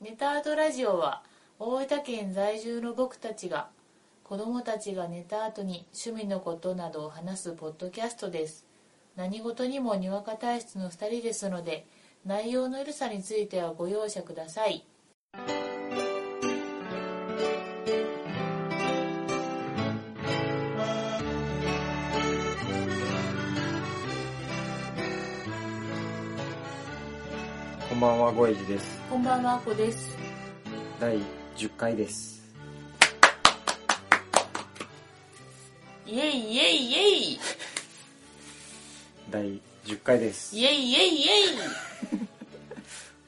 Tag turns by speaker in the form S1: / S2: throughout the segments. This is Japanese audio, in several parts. S1: ネタアートラジオは大分県在住の僕たちが子どもたちが寝た後に趣味のことなどを話すポッドキャストです何事にもにわか体質の2人ですので内容の緩さについてはご容赦ください
S2: こんばんは、ごえじです。
S1: こんばんはあこです
S2: 第10回です。
S1: イエイイエイイエイ
S2: 第10回です
S1: イ。エイイエイイエイ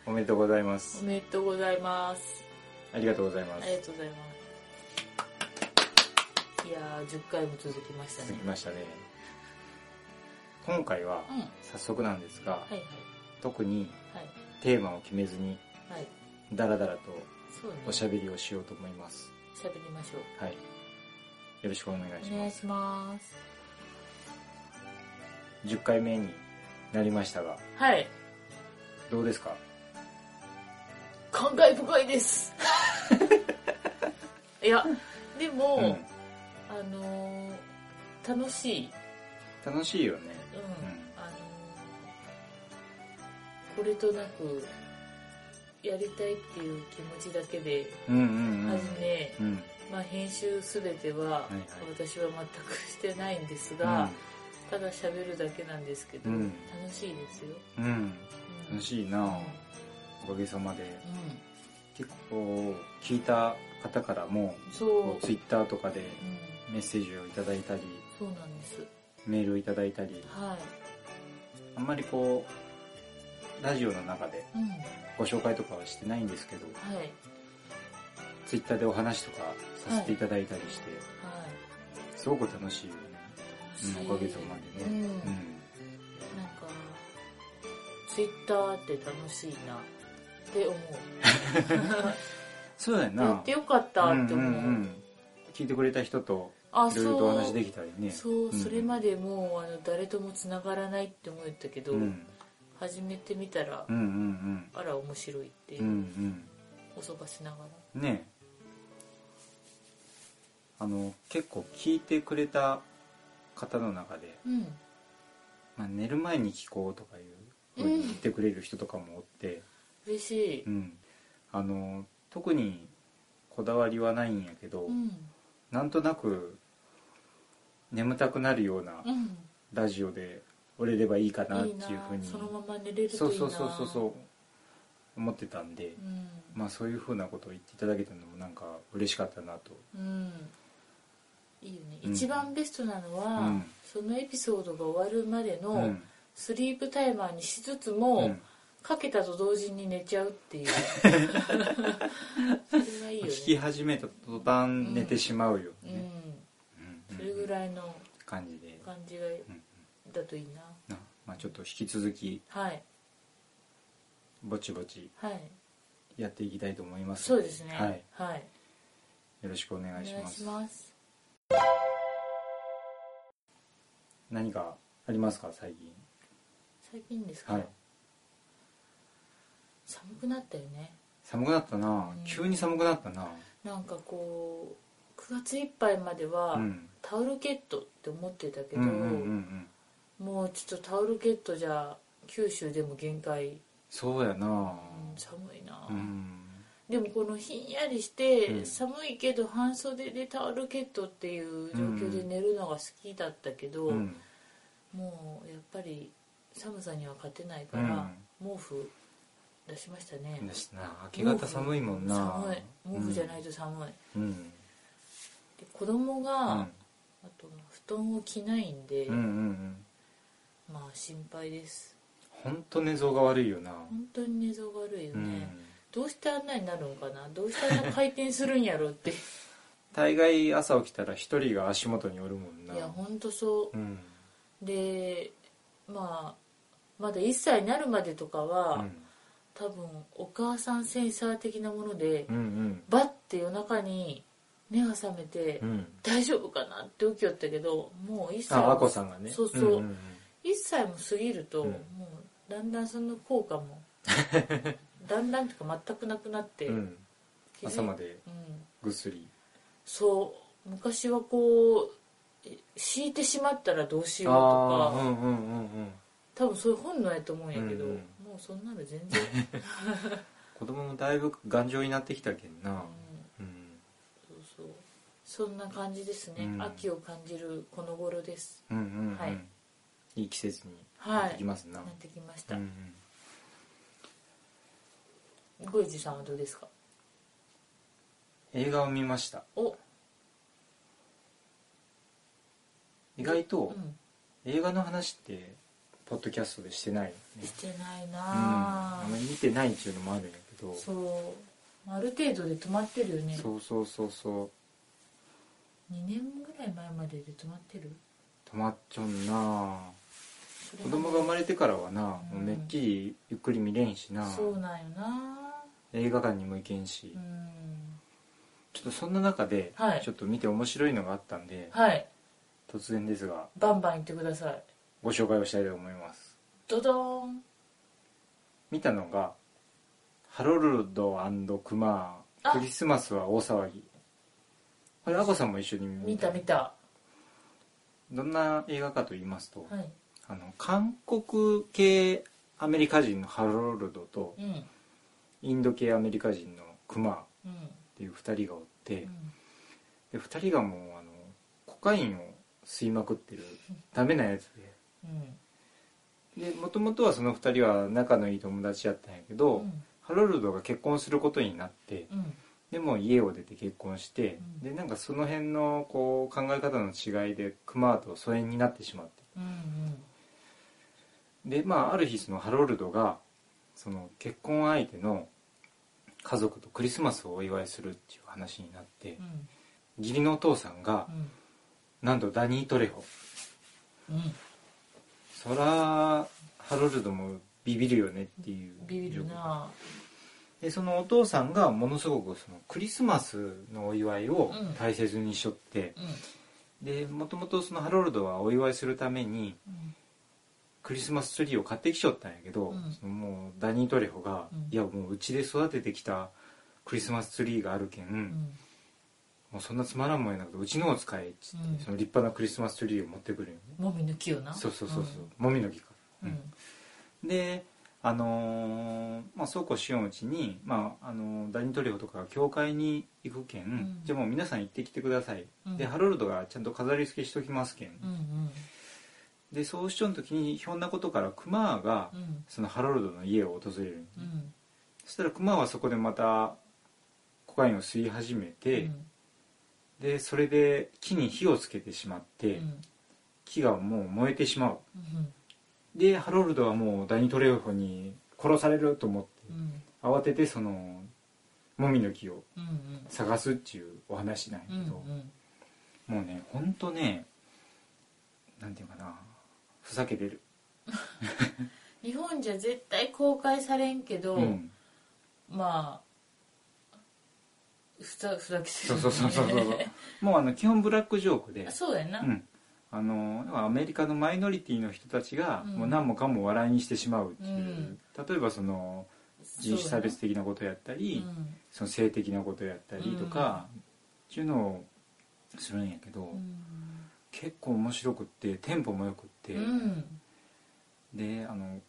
S2: おめでとうございま
S1: お
S2: す。
S1: めでとうございます
S2: ありがとうございま
S1: あり
S2: す。
S1: がとうございますいやー10回も続きました
S2: 続
S1: ね
S2: きましたね。今回は
S1: うん、はい
S2: 早速なんですが、
S1: はい
S2: 特に
S1: はい
S2: テーマを決めずに、
S1: はい
S2: ダラダラと
S1: そうね
S2: おしゃべりをしようと思います。
S1: 喋りましょう
S2: はい。よろしくお願いし
S1: お願
S2: ま
S1: い
S2: す。
S1: します
S2: 10回目になりましたが、
S1: はい
S2: どうですか
S1: 感慨深いです いやでも、
S2: うん。
S1: あのー楽しい、
S2: 楽しいよね。
S1: うん
S2: ん
S1: あのーこれとなくやりたいっていう気持ちだけで
S2: うんうんうん。
S1: 始め、
S2: うん。
S1: まあ、編集すべては
S2: はいはい
S1: 私は全くしてないんですが、ただ喋るだけなんですけど、
S2: うん
S1: 楽しいですよ、
S2: うん。うん。
S1: うん、
S2: 楽
S1: い
S2: しいなぁおかげさまで。
S1: う
S2: 結構聞いた方からも
S1: ん、そう、うん、
S2: ツイッターとかでメッセージをいただいたり
S1: そうなんです
S2: メールをいただいたり
S1: は
S2: あんまりこうラジオの中で
S1: い、うん、
S2: ご紹介とかはしてないんですけど
S1: はい
S2: ツイッターでお話とかさせていただいたりして、
S1: は
S2: すごく楽しいよね、
S1: い、
S2: うん、おかげさまで
S1: うんな
S2: ね、
S1: ん
S2: うん
S1: かツイッターって楽しいなって思う
S2: そうだよ
S1: や
S2: な
S1: ってよかったって思う,、
S2: うんうんうん聞いてくれた人と
S1: あ
S2: い
S1: そ
S2: ろ
S1: う
S2: いろとお話できたりね
S1: そう、
S2: ん
S1: それまでもうあの誰ともつながらないって思ったけど、
S2: うん
S1: 始めてみたら、
S2: うんうん
S1: あら面白いって、
S2: うんうん
S1: おばしながら
S2: うんねえあの結構聞いてくれた方の中で
S1: うん
S2: まあ、寝る前に聞こうとかいうふうに言ってくれる人とかもおって、
S1: 嬉しい
S2: うんあの特にこだわりはないんやけど、
S1: うん
S2: なんとなく眠たくなるような
S1: うん
S2: ラジオで折れればいいかなっ
S1: い
S2: て
S1: い
S2: いう
S1: な
S2: ふうに
S1: そのまま寝れるといいな
S2: そうそうそうそうそう思ってたんで、
S1: うん、
S2: まあそういうふうなことを言っていただけたのもなんか嬉しかったなと。
S1: うん、いいよね、
S2: うん
S1: 一番ベストなのは、
S2: うん
S1: そのエピソードが終わるまでの、
S2: うん
S1: スリープタイマーにしつつも、
S2: うん
S1: かけたと同時に寝ちゃうって いうそれがいいよね
S2: 聞き始めた途端寝てしまうよ
S1: う
S2: ね、
S1: ん
S2: うん
S1: それぐらいの
S2: 感じで、
S1: 感じ
S2: う
S1: が
S2: ん
S1: だといいな
S2: なまあ、ちょっと引き続き
S1: はい
S2: ぼちぼち
S1: はい
S2: やっていきたいと思います
S1: そうですね
S2: はい、
S1: はい、
S2: よろしくお願い
S1: お
S2: し
S1: 願
S2: ま
S1: い
S2: す
S1: します
S2: 何かありますか最近
S1: 最近ですか、
S2: はい
S1: 寒くなったよね
S2: 寒くなったな、
S1: うん
S2: 急に寒くなったな
S1: なんかこう9月いっぱいまでは、
S2: うん
S1: タオルケットって思ってたけ
S2: う
S1: ど、
S2: んうんうんうん
S1: もうちょっとタオルケットじゃ九州でも限界、
S2: そうや
S1: う
S2: な
S1: ん寒いな、
S2: うん
S1: でもこのひんやりして、
S2: うん
S1: 寒いけど半袖でタオルケットっていう状況で寝るのが好きだったけど、
S2: うん
S1: もうやっぱり寒さには勝てないから、毛布出しましたね
S2: だしな明け方寒いもんな
S1: 寒い毛布じゃない
S2: と
S1: と寒い、
S2: うんうん
S1: で子供が、
S2: うん
S1: あと布団を着ないんで、
S2: うんうん
S1: まあ心配です
S2: 本当寝相が悪いよな
S1: 本当に寝相が悪いよね、
S2: うん
S1: どうしてあんなになるんかなどうしてあんな回転するんやろってい
S2: 大概朝起きたら一人が足元におるも んな
S1: やほんとそう
S2: う、ん
S1: でまあまだ1歳になるまでとかは、
S2: うん
S1: 多分お母さんセンサー的なもので、
S2: うんうん
S1: バッて夜中に目が覚めて、
S2: うん
S1: 大丈夫かなって起きよったけどもう1歳
S2: あ、
S1: も
S2: あこさんがね。
S1: そうそう
S2: うんんん
S1: 1歳も過ぎると、
S2: うん
S1: もうだんだんその効果もだんだんとか全くなくなって、
S2: うん、
S1: 気づい
S2: 朝まで
S1: うん、
S2: ぐっすり
S1: そう昔はこうえ敷いてしまったらどうしようと
S2: あ
S1: か、
S2: ーうんうんうんうん
S1: 多分そういう本能やと思うんやけど、
S2: うんうん
S1: もうそんなの全 然、
S2: 子供もだいぶ頑丈になってきたけん
S1: うん
S2: な、うん
S1: そうそうそんな感じですね、
S2: うん
S1: 秋を感じるこの頃です
S2: うんうんうん
S1: はい
S2: いい季節に
S1: はい
S2: なってきますな、
S1: なってきまし
S2: う
S1: た、
S2: んうん
S1: ゴイジさんはどうですか
S2: 映画を見ました
S1: お
S2: 意外と
S1: う
S2: 映画の話ってポッドキャストでしてないよ
S1: ん、
S2: ね
S1: してない
S2: うん
S1: な
S2: あ
S1: あ、
S2: んまり見てないっていうのもあるんやけどそ
S1: そうある程度で止まってるよね2
S2: うそうそうそう
S1: 年ぐらい前までで止まってる
S2: 止まっちょんな
S1: それ
S2: 子供が生まれてからはな、
S1: うん
S2: もうめっきりゆっくり見れんしな
S1: そうなんよな
S2: 映画館にも行けんし、
S1: うん
S2: ちょっとそんな中で、
S1: はい
S2: ちょっと見て面白いのがあったんで、
S1: はい
S2: 突然ですが
S1: バンバン言ってください
S2: ご紹介をしたいと思います
S1: ドドーン
S2: 見たのが「ハロルドクマ
S1: あ
S2: ークリスマスは大騒ぎ」これアコさんも一緒に見
S1: 見
S2: た
S1: た見た
S2: どんな映画かと言いますと、
S1: はい
S2: あの韓国系アメリカ人のハロルドと
S1: うんうん
S2: インド系アメリカ人のクマーっ
S1: うん
S2: ていう2人がおって、
S1: うん
S2: で2人がもうあのコカインを吸いま くってるダメなやつででもともとはその2人は仲のいい友達やったんやけど、
S1: うん
S2: ハロルドが結婚することになって
S1: うん
S2: でも家を出て結婚して、
S1: うん
S2: でなんかその辺のこう考え方の違いでクマーと疎遠になってしまって
S1: うんうん
S2: でまあある日そのハロルドがその結婚相手の家族とクリスマスをお祝いするっていう話になって
S1: う、ん
S2: 義理のお父さんが、
S1: うん
S2: なんとダニー・トレホ
S1: うん
S2: そらハロルドもビビるよねっていう
S1: ビビるな
S2: でそのお父さんがものすごくそのクリスマスのお祝いを
S1: うん
S2: 大切にしとって、
S1: うん
S2: でもともとそのハロルドはお祝いするために
S1: うん
S2: クリスマスツリーを買ってきちゃったんやけど、
S1: うん
S2: そのもうダニー・トレホが、
S1: うん
S2: いやもううちで育ててきたクリスマスツリーがあるけん、
S1: うん
S2: もうそんなつまらんもんやなくてうちのを使えっつって、
S1: うん
S2: その立派なクリスマスツリーを持ってくるんよね、
S1: もみの木よな
S2: そうそうそうそうもみの木か、
S1: うんうん
S2: であのーまあ、そうこうしよううちに、まああのーダニートレホとかが教会に行くけん、
S1: ん
S2: じゃあもう皆さん行ってきてください、
S1: うん
S2: でハロルドがちゃんと飾り付けしときますけん、
S1: うん
S2: でそうしちょん時にひょんなことからクマが
S1: うんうん
S2: そのハロルドの家を訪れる、
S1: うん
S2: そしたらクマはそこでまたコカインを吸い始めて、でそれで木に火をつけてしまっ
S1: う
S2: て、
S1: ん
S2: 木がもう燃えてしまう
S1: うん
S2: でハロルドはもうダニートレホに殺されると思って、
S1: うん
S2: 慌ててそのもみの木を
S1: うんうん
S2: 探すっていうお話なんやけ
S1: うんうん
S2: ど、もうねほんとねなんていうかなふざけてる、
S1: 日本じゃ絶対公開されんけど、
S2: うん、
S1: まあふざふざけて
S2: そうそうそうそう そうもうあの基本ブラックジョークで
S1: あそうやな、
S2: うん、あの要はアメリカのマイノリティの人たちが
S1: うん
S2: もう何もかも笑いにしてしまうっていう、
S1: うん
S2: 例えばその人種差別的なことやった
S1: そう
S2: り
S1: やな、
S2: その性的なことやったりとか、っていうのをするんやけど、
S1: うん
S2: 結構面白くってテンポもよくって、
S1: うん
S2: であの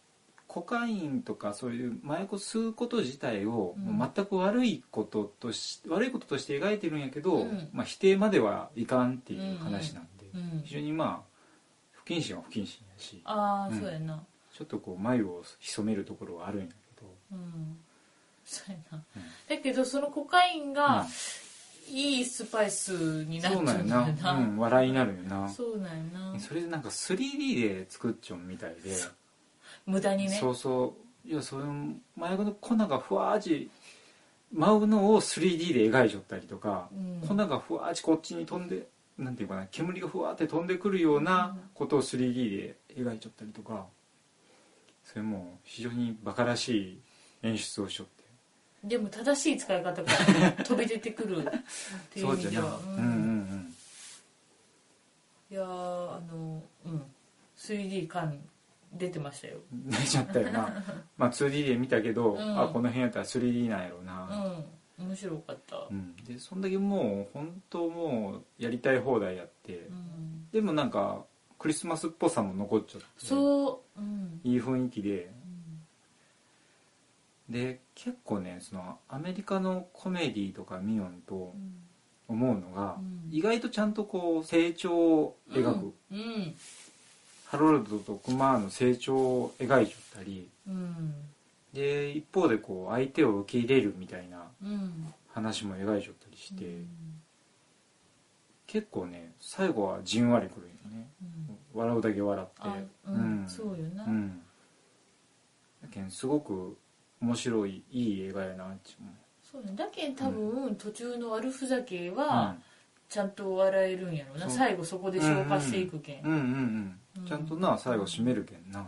S2: コカインとかそういう麻薬を吸うこと自体を、
S1: うん
S2: もう全く悪いこととし悪いこととして描いてるんやけど、
S1: うん
S2: まあ、否定まではいかんっていう話なんで。
S1: うん
S2: 非常にまあ不謹慎は不謹慎やし
S1: ああ、
S2: うん
S1: そうやな
S2: ちょっとこう眉を潜めるところはあるんやけど、
S1: うんそうやな、
S2: うん
S1: だけどそのコカインが
S2: うん、
S1: いいスパイスになっちゃ
S2: そううんな
S1: だ
S2: ん
S1: よ
S2: や
S1: な
S2: なうん、笑いになるよなそ
S1: そうなんやな
S2: れでなんか 3D で作っちゃうみたいで、
S1: 無駄にね
S2: そうそういやその麻薬の粉がふわーじ舞うのを 3D で描いちゃったりとか、
S1: うん
S2: 粉がふわーじこっちに飛んでなんていうかな煙がふわーって飛んでくるようなことを 3D で描いちゃったりとかそれも非常にバカらしい演出をしちゃって
S1: でも正しい使い方から飛び出てくるっていう意
S2: そうじ
S1: 味
S2: ゃ
S1: で
S2: な
S1: は
S2: うん
S1: う
S2: うんん
S1: いやーあのうん 3D 感出てましたよ
S2: 出ちゃった よなまあ 2D で見たけど、
S1: うん
S2: あこの辺やったら 3D なんやろうな、
S1: うん面白かった
S2: うんでそんだけもう本当もうやりたい放題やって、
S1: うん
S2: でもなんかクリスマスっぽさも残っちゃって
S1: そううん
S2: いい雰囲気で
S1: うん
S2: で結構ねそのアメリカのコメディとか見よんと
S1: うん
S2: 思うのが、
S1: うん
S2: 意外とちゃんとこう成長を描く、
S1: うん
S2: ハロルドとクマーの成長を描いちゃったり
S1: うん
S2: で一方でこう相手を受け入れるみたいな
S1: うん
S2: 話も描いちゃったりして、
S1: うん
S2: 結構ね最後はじんわりくるよね
S1: うん
S2: 笑うだけ笑っ
S1: あ
S2: て、
S1: うんそうよな
S2: うんだけんすごく面白いいい映画やなって思う
S1: そうねだけん多分途中の悪ふざけはちゃんと笑えるんやろな
S2: そう
S1: 最後そこで消化していくけん
S2: うんうんうん
S1: うん
S2: ちゃんとな最後締めるけんな、
S1: うん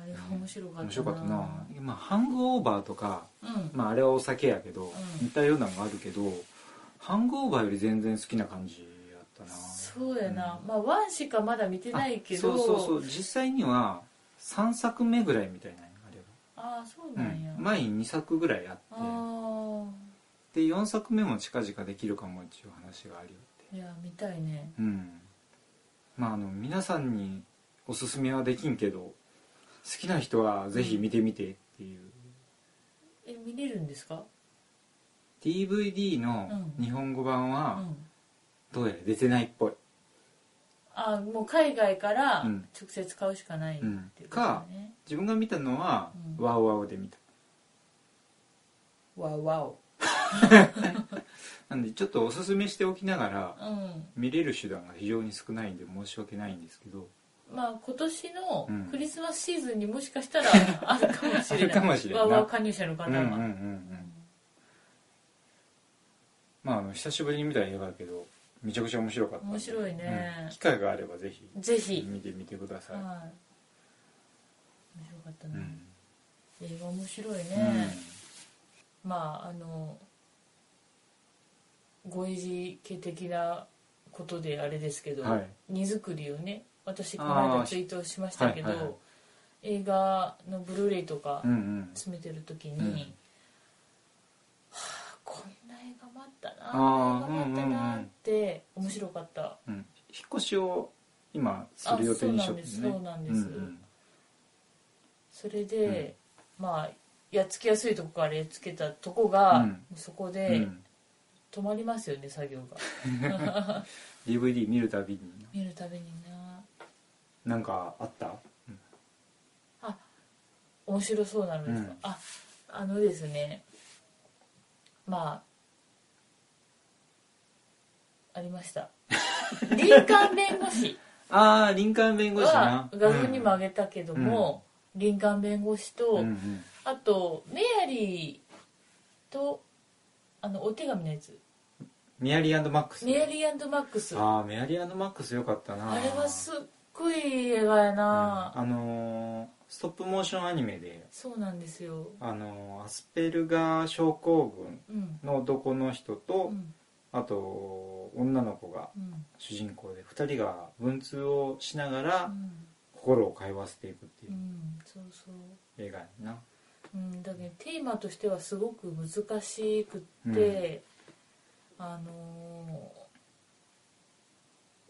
S1: あれは面白かったな
S2: 面白かったな、まあ、ハングオーバーとか、
S1: うん
S2: まあ、あれはお酒やけど、
S1: うん
S2: 似たようなのがあるけどハングオーバーより全然好きな感じやったな
S1: そうやな、
S2: うん
S1: まあワンしかまだ見てないけど
S2: あそうそうそう実際には3作目ぐらいみたいなあれは
S1: ああそう
S2: う
S1: なんや、
S2: ん、前に2作ぐらいあ
S1: あ
S2: っ
S1: あ
S2: てで4作目も近々できるかもっていう話がありよって
S1: いや見たいね
S2: うんまああの皆さんにおすすめはできんけど好きな人はぜひ見てみてっていう、
S1: え見れるんですか
S2: DVD の
S1: うん
S2: 日本語版
S1: う
S2: は
S1: ん
S2: どうやら出てないっぽい、
S1: ああもう海外から
S2: う
S1: 直
S2: ん
S1: 接買うしかないっていうことだね、
S2: 自分が見たのは
S1: うん
S2: ワウワウで見た
S1: わおわお
S2: なんでちょっとおすすめしておきながら
S1: うん
S2: 見れる手段が非常に少ないんで申し訳ないんですけど
S1: まあ今年の
S2: うん
S1: クリスマスシーズンにもしか したらあるかもしれ
S2: あ
S1: な
S2: る
S1: い
S2: かもしれんな
S1: わわ加入者の
S2: う
S1: 方
S2: んうん
S1: は、
S2: うんうんまああの久しぶりに見た映画だけどめちゃくちゃ面白かったんで
S1: 面白いね
S2: うん機会があればぜひ
S1: ぜひ、
S2: 見てみてください、
S1: はい面白かった
S2: う
S1: な、
S2: ん
S1: 映画面白いね、まああのご意地家的なことであれですけど、
S2: はい
S1: 荷造りをね私こ
S2: あー
S1: の間ツイートしましたけど、
S2: はいはいはい
S1: 映画のブルーレイとか
S2: うんうん
S1: 詰めてる時に、
S2: うん
S1: はあこんな映画もあったな
S2: あー
S1: あんな映画もあったなって面白かった、
S2: うん引っ越しを今する予定にしよって
S1: あそうなんですそうなんそれで、まあやっつけやすいとこからやっつけたとこが、
S2: うん
S1: そこ
S2: うんう
S1: で
S2: ん
S1: 止まりますよね作業が
S2: DVD 見るたびに
S1: 見るたびにな
S2: なんかあったうん
S1: 面白そうなのですか、
S2: うん
S1: ああのですねまあありま した「林間弁護士
S2: ああ林間」弁護士
S1: は
S2: な
S1: 画風にもあげたけども、林間弁護士と、
S2: うんうん
S1: あとメアリーとあのお手紙のやつ
S2: メアリーマックス
S1: メアリーマックスあ
S2: ああメアリーマックスよかったな
S1: れはすっごいいい映画や
S2: うん
S1: な、
S2: あのーストップモーションアニメで
S1: そうなんですよ
S2: あのーアスペルガー症候
S1: うん
S2: 群の男の人と、
S1: うん
S2: あと女の子が
S1: うん
S2: 主人公で2人が文通をしながら
S1: うん
S2: 心を通わせていくっていううん
S1: そうそう
S2: 映画やな、
S1: うん、だけどテーマとしてはすごく難しくって、あの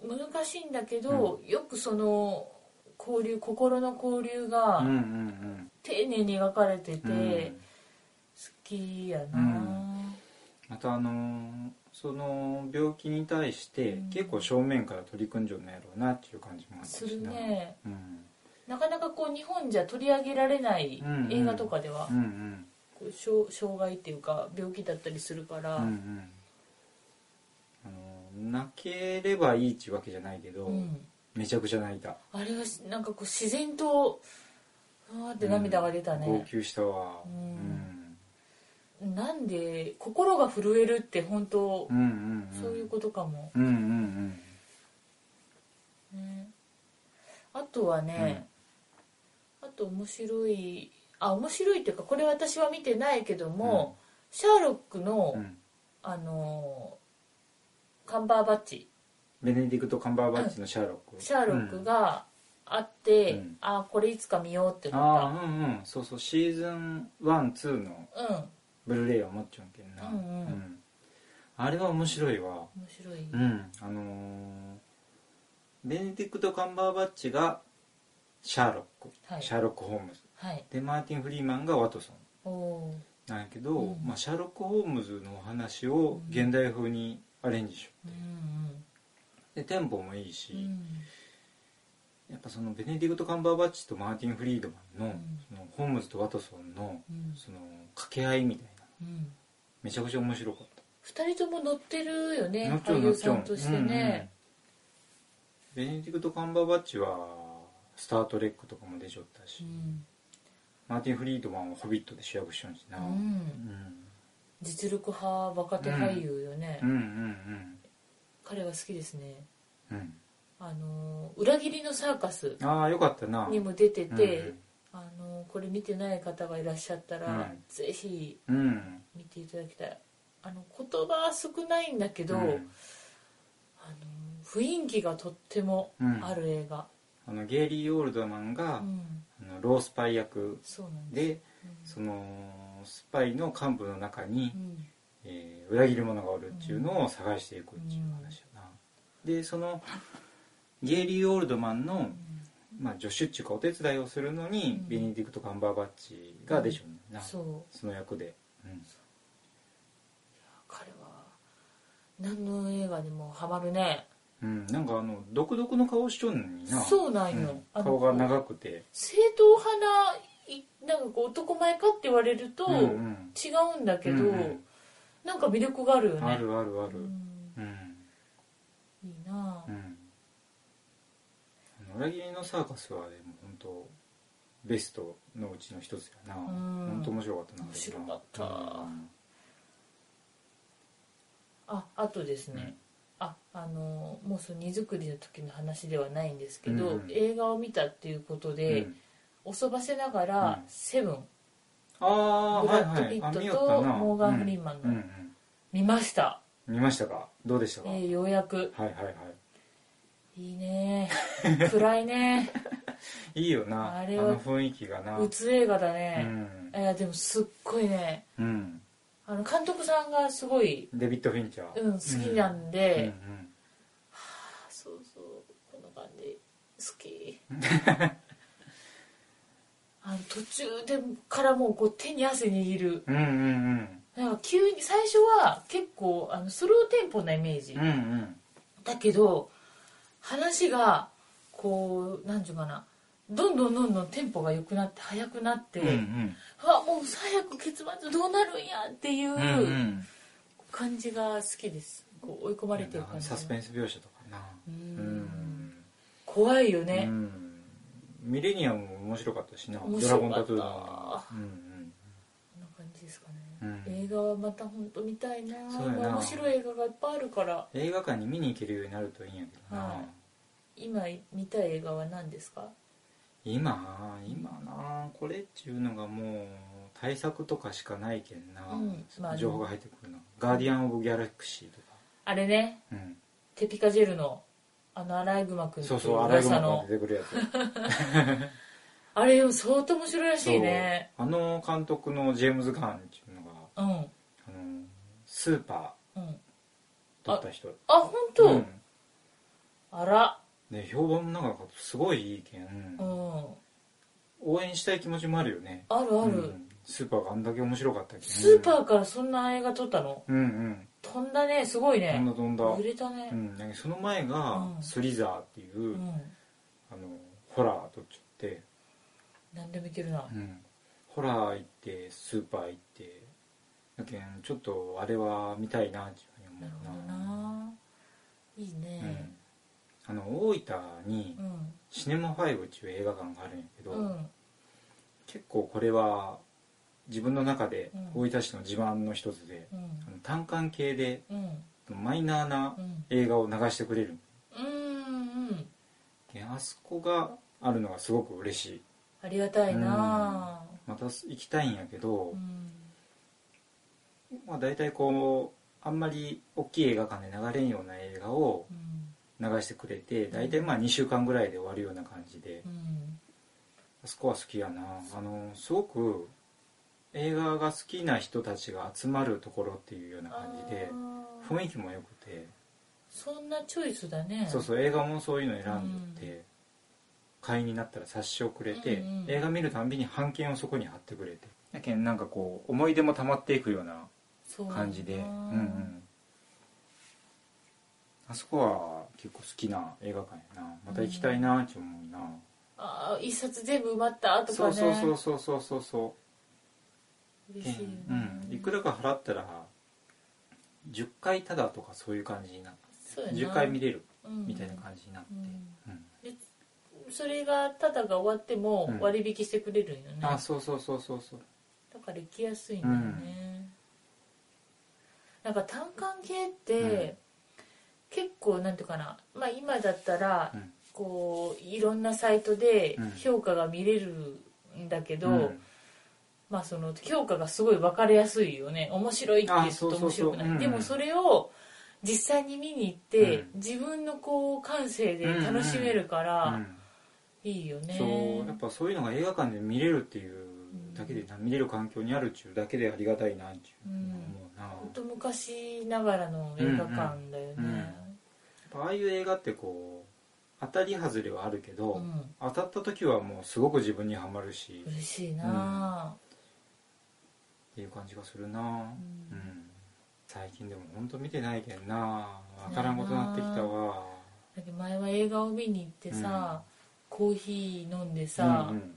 S1: ー難しいんだけど、よくその交流心の交流
S2: うんう
S1: が
S2: んうん
S1: 丁寧に描かれてて、
S2: うん
S1: 好きやな、
S2: またあのーその病気に対して
S1: うん
S2: 結構正面から取り組んじゃうんやろうなっていう感じもあったし
S1: す
S2: な
S1: るね
S2: うん、
S1: なかなかこう日本じゃ取り上げられない
S2: うんうん
S1: 映画とかでは、
S2: うんうん
S1: こう障障害っていうか病気だったりするから、
S2: うんうんあの泣ければいいっていうわけじゃないけど、
S1: うん
S2: めちゃくちゃ泣いた
S1: あれはしなんかこう自然とうわーって涙が出たね、
S2: うん号泣したわ、
S1: う
S2: うんん
S1: なんで心が震えるって本当
S2: う、んうんうん
S1: そういうことかも、
S2: うんうんうん
S1: ね、あとはね、あと面白いあ面白いっていうかこれ私は見てないけども、シャーロックの、
S2: うん
S1: あのーカンバーバッチ
S2: ベネディクト・カンバーバッチのシャーロック
S1: シャーロックがあって、
S2: うん
S1: あこれいつか見ようって
S2: うんあ
S1: 思っ
S2: あうんうんそうそうシーズン12の
S1: たうん
S2: ブルーレイは持っちゃうけんな、
S1: うんうん
S2: あれは面白いわ
S1: 面白い、
S2: うんあのーベネディクト・カンバーバッチがシャーロック、
S1: はい
S2: シャーロック・ホームズ
S1: はい
S2: でマーティン・フリーマンがワトソン
S1: おおー
S2: なんやけど、
S1: うん
S2: まあ、シャーロック・ホームズのお話を現代風にアレンジしよ
S1: う
S2: う、
S1: ん
S2: でテンポもいいし、
S1: うんうん
S2: やっぱそのベネディクト・カンバーバッチとマーティン・フリードマンの,、
S1: うん
S2: そのホームズとワトソンの
S1: うん
S2: その掛け合いみたいな
S1: うん
S2: めちゃくちゃ面白かった
S1: 2人とも乗ってるよね
S2: のっちょ
S1: 俳
S2: の
S1: 優
S2: っち
S1: さ
S2: ょ
S1: んとしてね、
S2: うんうんベネディクト・カンバーバッチは「スター・トレック」とかも出ちゃったし、
S1: うん
S2: マーティン・フリードマンは「ホビット」で主役しちゃうんしな、
S1: う
S2: うん
S1: ん実力派若手俳優よね、
S2: うんうんうん
S1: 彼が好きですね
S2: うん
S1: あのー裏切りのサーカス
S2: ああよかったな
S1: にも出てて、
S2: うん
S1: あのーこれ見てない方がいらっしゃったら、
S2: うん
S1: ぜひ
S2: うん
S1: 見ていただきたいあの言葉は少ないんだけど、
S2: うん
S1: あのー雰囲気がとってもある映画、
S2: あのゲイリー・オールドマン
S1: う
S2: が、
S1: ん
S2: あのロースパイ役
S1: そうなんです
S2: で
S1: うん
S2: そのスパイの幹部の中に、
S1: うん
S2: えー裏切り者がおるっていうのを探していくっていう話やな、でそのゲイリー・オールドマンの、まあ、助手っていうかお手伝いをするのに、
S1: うん
S2: ベネディクト・カンバーバッチが出ちゃ
S1: う
S2: うんだ
S1: ん
S2: よな、
S1: そう
S2: その役で、うん
S1: 彼は何の映画でもハマるね
S2: うんなんかあの独特の顔しちょんのにな
S1: そうなんよ
S2: ん
S1: あの
S2: 顔が長くて
S1: 正統派ないなんかこう男前かって言われると
S2: うんうん
S1: 違うんだけど、
S2: うんうん
S1: なんか魅力があるよね
S2: あるあるある、
S1: うん
S2: うん
S1: いいな
S2: う
S1: ぁ、
S2: んあの裏切りのサーカスはでも本当ベストのうちの一つやな、
S1: ん
S2: 本当面白かったな
S1: 面白かった
S2: うん
S1: ああとですね、
S2: うん
S1: ああのもうその荷造りの時の話ではないんですけど、
S2: うんうん
S1: 映画を見たっていうことで、
S2: うん
S1: おそばせながら
S2: う
S1: 「セブン
S2: ああ
S1: ブ
S2: は
S1: ラ
S2: い
S1: ッドピットと
S2: はいあ見よったな
S1: モーガンフリーマンの
S2: うんうん
S1: 見ました、
S2: うん見ましたかどうでしたか、
S1: えーようやく
S2: はいはいはい
S1: いいね暗い ね
S2: いいよな
S1: あ
S2: あ
S1: れは
S2: の雰囲気がな
S1: うつ映画だ
S2: う
S1: ね、
S2: ん
S1: いやでもすっごいね
S2: うん
S1: あの監督さんがすごい、
S2: デビッド・フィンチャー
S1: うん、好きな
S2: うんんうん
S1: で、
S2: うん
S1: あそうそうこの感じ好 きあの途中でからもうこう手に汗握る
S2: うんうん
S1: なんか急に最初は結構あのスローテンポなイメージ、
S2: うんうん
S1: だけど話がこう何ていうかなどんどんどんどんテンポが良くなって速くなって、
S2: うんうん
S1: あもう早く結末どうなるんやってい
S2: うんう
S1: うん感じが好きですこう追い込まれてる感じが
S2: サスペンス描写とかな
S1: う
S2: うんん
S1: 怖いよ
S2: う
S1: ね、
S2: ん、ミレニアムも面白かったしな
S1: 面
S2: ドラ
S1: 白かっ
S2: ゴン
S1: た
S2: タトゥーのうん
S1: こんな感じですかね、
S2: うんうん
S1: 映画はまた本当見たいな
S2: そうやな
S1: まあ面白い映画がいっぱいあるから
S2: 映画館に見に行けるようになるといいんやけどな、
S1: は今見たい映画は何ですか
S2: 今今なこれっちゅうのがもう対策とかしかないけんな、
S1: うんまあ
S2: 情報が入ってくるな「ガーディアン・オブ・ギャラクシー」とか、
S1: あれね
S2: うん、
S1: テピカジェルのあのアライグマ君ってい
S2: そううそうアライグ
S1: 噂
S2: マが
S1: の
S2: 出てくるや つ
S1: あれでも相当面白いらし
S2: そう
S1: いね
S2: あの監督のジェームズ・ガンっちゅうのが
S1: うん
S2: あのスーパ
S1: うん
S2: ー撮った人
S1: あ本当、
S2: うん
S1: あら
S2: で評判の中がすごいいいけん、
S1: うん
S2: 応援したい気持ちもあるよね
S1: あるある、
S2: うんスーパーがあんだけ面白かったけど
S1: スーパーからそんな映画撮ったの
S2: うんうん
S1: 飛んだねすごい
S2: 飛ん
S1: ね
S2: だ飛んだ
S1: 売れたね
S2: うん、なんかその前が、
S1: うん
S2: スリザーっていう、
S1: うん、
S2: あのホラー撮っちゃって、
S1: 何でもいけるな
S2: うんホラー行ってスーパー行ってだけんちょっとあれは見たいなっていうふうに
S1: なるほ
S2: 思
S1: ど
S2: うな
S1: ないいね
S2: うん、あの大分に
S1: うん
S2: シネマファイブっていう映画館があるんやけど、
S1: うん
S2: 結構これは自分の中で
S1: うん
S2: 大分市の自慢の一つで、
S1: うん
S2: あの単館系で
S1: うん
S2: マイナーな
S1: うん
S2: 映画を流してくれる
S1: うんうん
S2: であそこがあるのがすごく嬉しい
S1: ありがたいな
S2: また行きたいんやけど、
S1: うん
S2: まあ、大体こうあんまり大きい映画館で流れんような映画を
S1: うん
S2: 流してくれて大体まあ2週間ぐらいで終わるような感じで
S1: うん
S2: あそこは好きやなあのすごく映画が好きな人たちが集まるところっていうような感じで
S1: あー
S2: 雰囲気も良くて
S1: そんなチョイスだね
S2: そうそう映画もそういうの選んでて会員になったら冊子をくれて
S1: うんうん
S2: 映画見るたんびに版権をそこに貼ってくれてやけんなんかこう思い出も溜まっていくような
S1: そうなんだ
S2: 感じで、うんうん、あそこは結構好きな映画館やなまた行きたいなって思うな、
S1: ああ一冊全部埋まったとか
S2: そう
S1: ね
S2: そうそうそうそうそうそ
S1: 嬉しいよね、
S2: う、うん、いくらか払ったら10回ただとかそういう感じにな
S1: そうやな
S2: 10回見れる
S1: うん
S2: みたいな感じになって、
S1: う
S2: うん
S1: それがただが終わっても
S2: うん
S1: 割引してくれるんよね、
S2: あそうそうそうそうそう
S1: だから行きやすいんだよね、なんか単館系って、結構なんていうかな、まあ、今だったら、
S2: うん
S1: こういろんなサイトで
S2: うん
S1: 評価が見れるんだけど、
S2: うん
S1: まあ、その評価がすごい分かれやすいよね面白いって
S2: あ
S1: 言う
S2: そ
S1: と
S2: うそ
S1: 面
S2: うそう
S1: 白くない
S2: うんうん
S1: でもそれを実際に見に行って、
S2: うん
S1: 自分のこう感性で楽しめるから
S2: うん
S1: いいよね、
S2: そうやっぱそういうのが映画館で見れるっていうだけでな、見れる環境にあるっちゅうだけでありがたいなっちゅう思うな、
S1: ほんと昔ながらの映画館だよね、
S2: うんうんうんああいう映画ってこう当たり外れはあるけど、
S1: うん
S2: 当たった時はもうすごく自分にはまるしっ
S1: 嬉しいな
S2: ていう感じがするな
S1: あ、
S2: うん、
S1: うん
S2: 最近でもほんと見てないけんな分からんことになってきたわ
S1: だけど前は映画を見に行ってさ、コーヒー飲んでさ、
S2: うん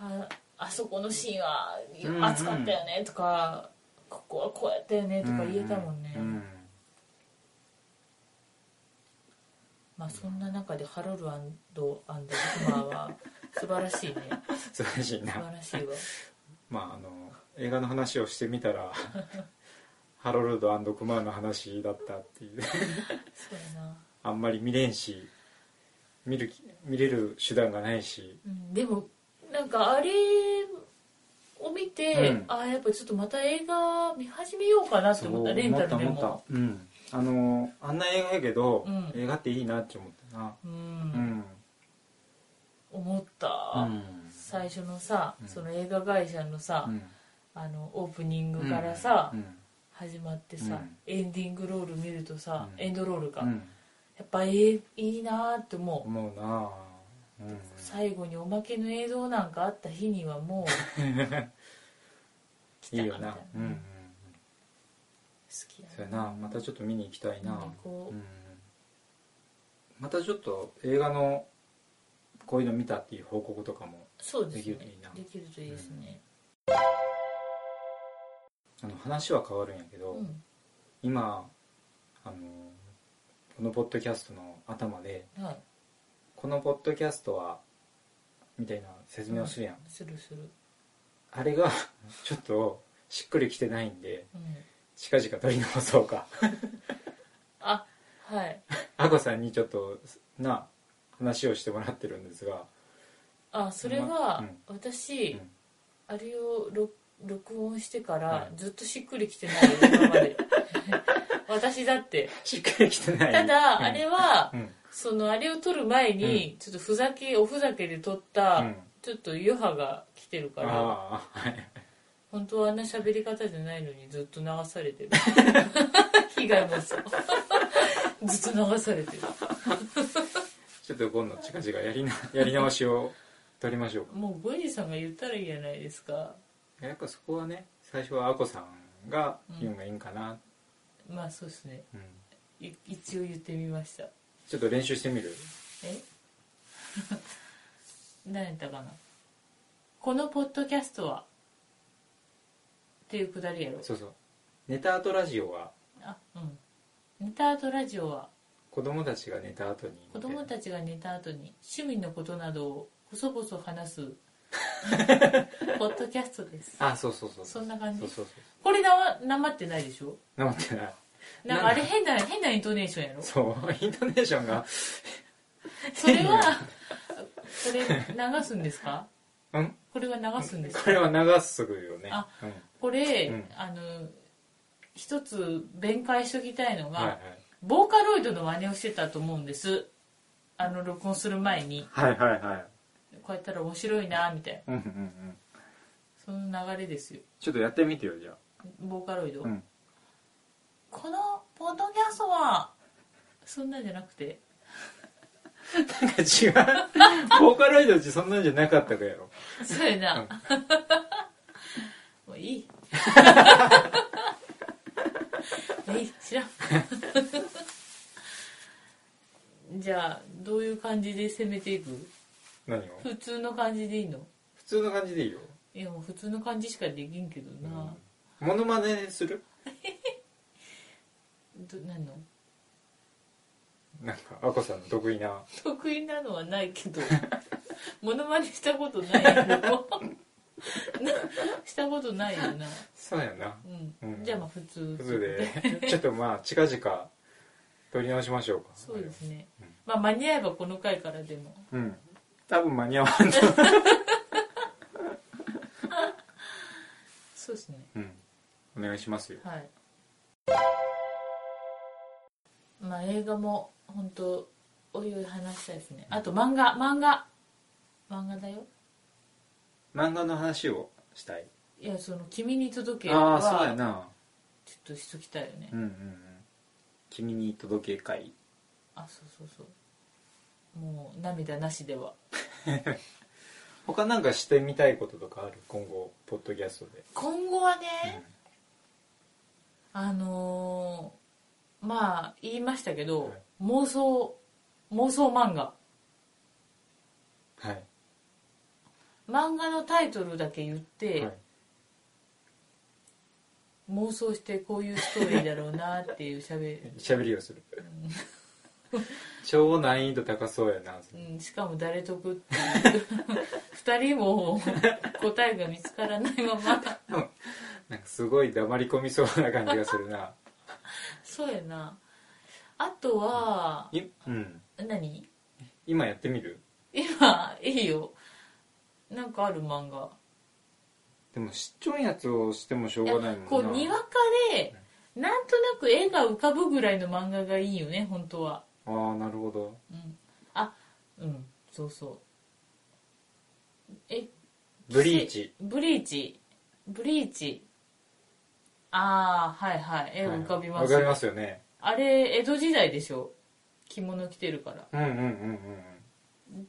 S1: ああそこのシーンは
S2: うんうん
S1: 熱かったよねとか、ここはこうやったよねとか言えたもんね、
S2: うんうん
S1: まあそんな中でハロルアンドアンドヒマー は素晴らしいね
S2: 素晴らしい
S1: 素
S2: な
S1: 晴ら しいわ
S2: まああの映画の話をしてみ たらハロルドクマーの話だったっていう
S1: そうやな、
S2: あんまり見れんし見る見れる手段がないし
S1: うん、でもなんかあれを見て、
S2: うん
S1: ああやっぱちょっとまた映画見始めようかなって
S2: そう
S1: 思ったレンタルで
S2: 思った思
S1: も
S2: ったうんあのあんな映画やけど、
S1: うん
S2: 映画っていいなって思ったな
S1: うん、
S2: うん
S1: 思った、
S2: うん
S1: 最初のさ、
S2: うん
S1: その映画会社のさ、
S2: うん
S1: あのオープニングからさ、
S2: うん
S1: 始まってさ、
S2: うん
S1: エンディングロール見るとさ、
S2: うん
S1: エンドロールが、
S2: うん
S1: やっぱえーいいなーって思う、
S2: 思うなうん
S1: 最後におまけの映像なんかあった日にはもう 来た
S2: いい
S1: み
S2: よ
S1: たいな
S2: なうんうん
S1: 好きや
S2: そうやなまたちょっと見に行きたいな
S1: 見に行こう
S2: うんまたちょっと映画のこういうの見たっていう報告とかも
S1: そうですね
S2: できるといいな
S1: できるといいですね
S2: あの話は変わるんやけど、
S1: うん、
S2: 今あのこのポッドキャストの頭で、
S1: はい
S2: このポッドキャストはみたいな説明をするやん、
S1: するする、
S2: あれが ちょっとしっくりきてないんで
S1: うん、
S2: 近々取り直そうか
S1: あはい
S2: あこさんにちょっとな話をしてもらってるんですが
S1: あそれは
S2: うん
S1: 私、
S2: うん
S1: あれを録録音してから
S2: う
S1: ずっとしっくりきてないよ今ま で私だって
S2: しっくりきてない
S1: ただあれ
S2: は
S1: は
S2: うん
S1: そのあれを撮る前にちょっとふざけおふざけで撮っ
S2: う
S1: た
S2: ん
S1: ちょっと余波が来てるから、
S2: ああはい
S1: 本当はあんな喋り方じゃないのにずっと流されて る被害もそう ずっと流されてる
S2: ちょっと今度近々やりな やり直しを取りましょうか
S1: もうボイジさんが言ったらいいじゃないですか
S2: やっぱそこはね最初はあこさんが言うのがいいんかな、
S1: まあそうですね
S2: うん
S1: い一応言ってみました
S2: ちょっと練習してみる
S1: え 何やったかなこのポッドキャストはっていうくだりやろ
S2: そうそうネタアートラジオは
S1: あうんネタアートラジオは
S2: 子供たちが寝た後に
S1: 子供たちが寝た後に趣味のことなどを細々話す ポッドキャストです
S2: あそうそうそう
S1: そんな感じ
S2: そうそうそう
S1: これななまってないでしょ
S2: なまってない
S1: なんかあれ変な変なイントネーションやろ
S2: そう イントネーションが
S1: それ はこれ流すんですか
S2: うん
S1: これは流すんです
S2: こ
S1: か
S2: れは流すよね
S1: あ
S2: うん
S1: これ、
S2: うん
S1: あの一つ弁解しときたいのが、
S2: はいはい
S1: ボーカロイドの真似をしてたと思うんですあの録音する前に
S2: はいはいはい
S1: こうやったら面白いなみたいな
S2: うんうんうん
S1: その流れですよ
S2: ちょっとやってみてよじゃあ
S1: ボーカロイド、
S2: うん
S1: このポッドキャストはそんなんじゃなくて
S2: なんか違 うボーカロイドってそんなんじゃなかったかやろ
S1: そうやな、 もういいもういい知 らんじゃあどういう感じで攻めていく
S2: 何を
S1: 普通の感じでいいの
S2: 普通の感じでいいよ
S1: いやもう普通の感じしかできんけどな、
S2: モノマネする
S1: ど何の
S2: なんかあこさんの得意な
S1: 得意なのはないけど モノマネしたことないよ なしたことないよな、
S2: そうやな
S1: うん
S2: うん
S1: じゃあまあ普通
S2: 普通 でちょっとまあ近々撮り直しましょうか
S1: そうですね、
S2: うん
S1: まあ間に合えばこの回からでも
S2: うん多分間に合わんと、
S1: そうですね
S2: うん、お願いしますよ
S1: はいまあ映画も本当おいおい話したいですねあと漫画漫画漫画だよ
S2: 漫画の話をしたい
S1: いやその「君に届け」
S2: ああそうや
S1: は
S2: な
S1: ちょっとしときたいよね
S2: うんうんうん君に届け会
S1: あそうそうそうもう涙なしでは
S2: 他なんかしてみたいこととかある今後ポッドキャストで
S1: 今後はね、あのーまあ言いましたけど、
S2: はい
S1: 妄想妄想漫画
S2: はい
S1: 漫画のタイトルだけ言って、
S2: はい
S1: 妄想してこういうストーリーだろうなっていうしゃべ
S2: 喋りをする 超難易度高そうやな
S1: うん、しかも誰得っていう 二人も答えが見つからないまま
S2: なんかすごい黙り込みそうな感じがする な
S1: そうやなあとはい
S2: うん
S1: 何
S2: 今やってみる
S1: 今いいよなんかある漫画
S2: でも知っちょんやつをしてもしょう
S1: いや
S2: がないもんな
S1: こうにわかでなんとなく絵が浮かぶぐらいの漫画がいいよね本当は
S2: ああなるほど
S1: うんあうんそうそうえ
S2: ブリーチ
S1: ブリーチブリーチああはいはい絵浮かびます,、
S2: はいわかりますよね
S1: あれ江戸時代でしょ着物着てるから
S2: うんうんうん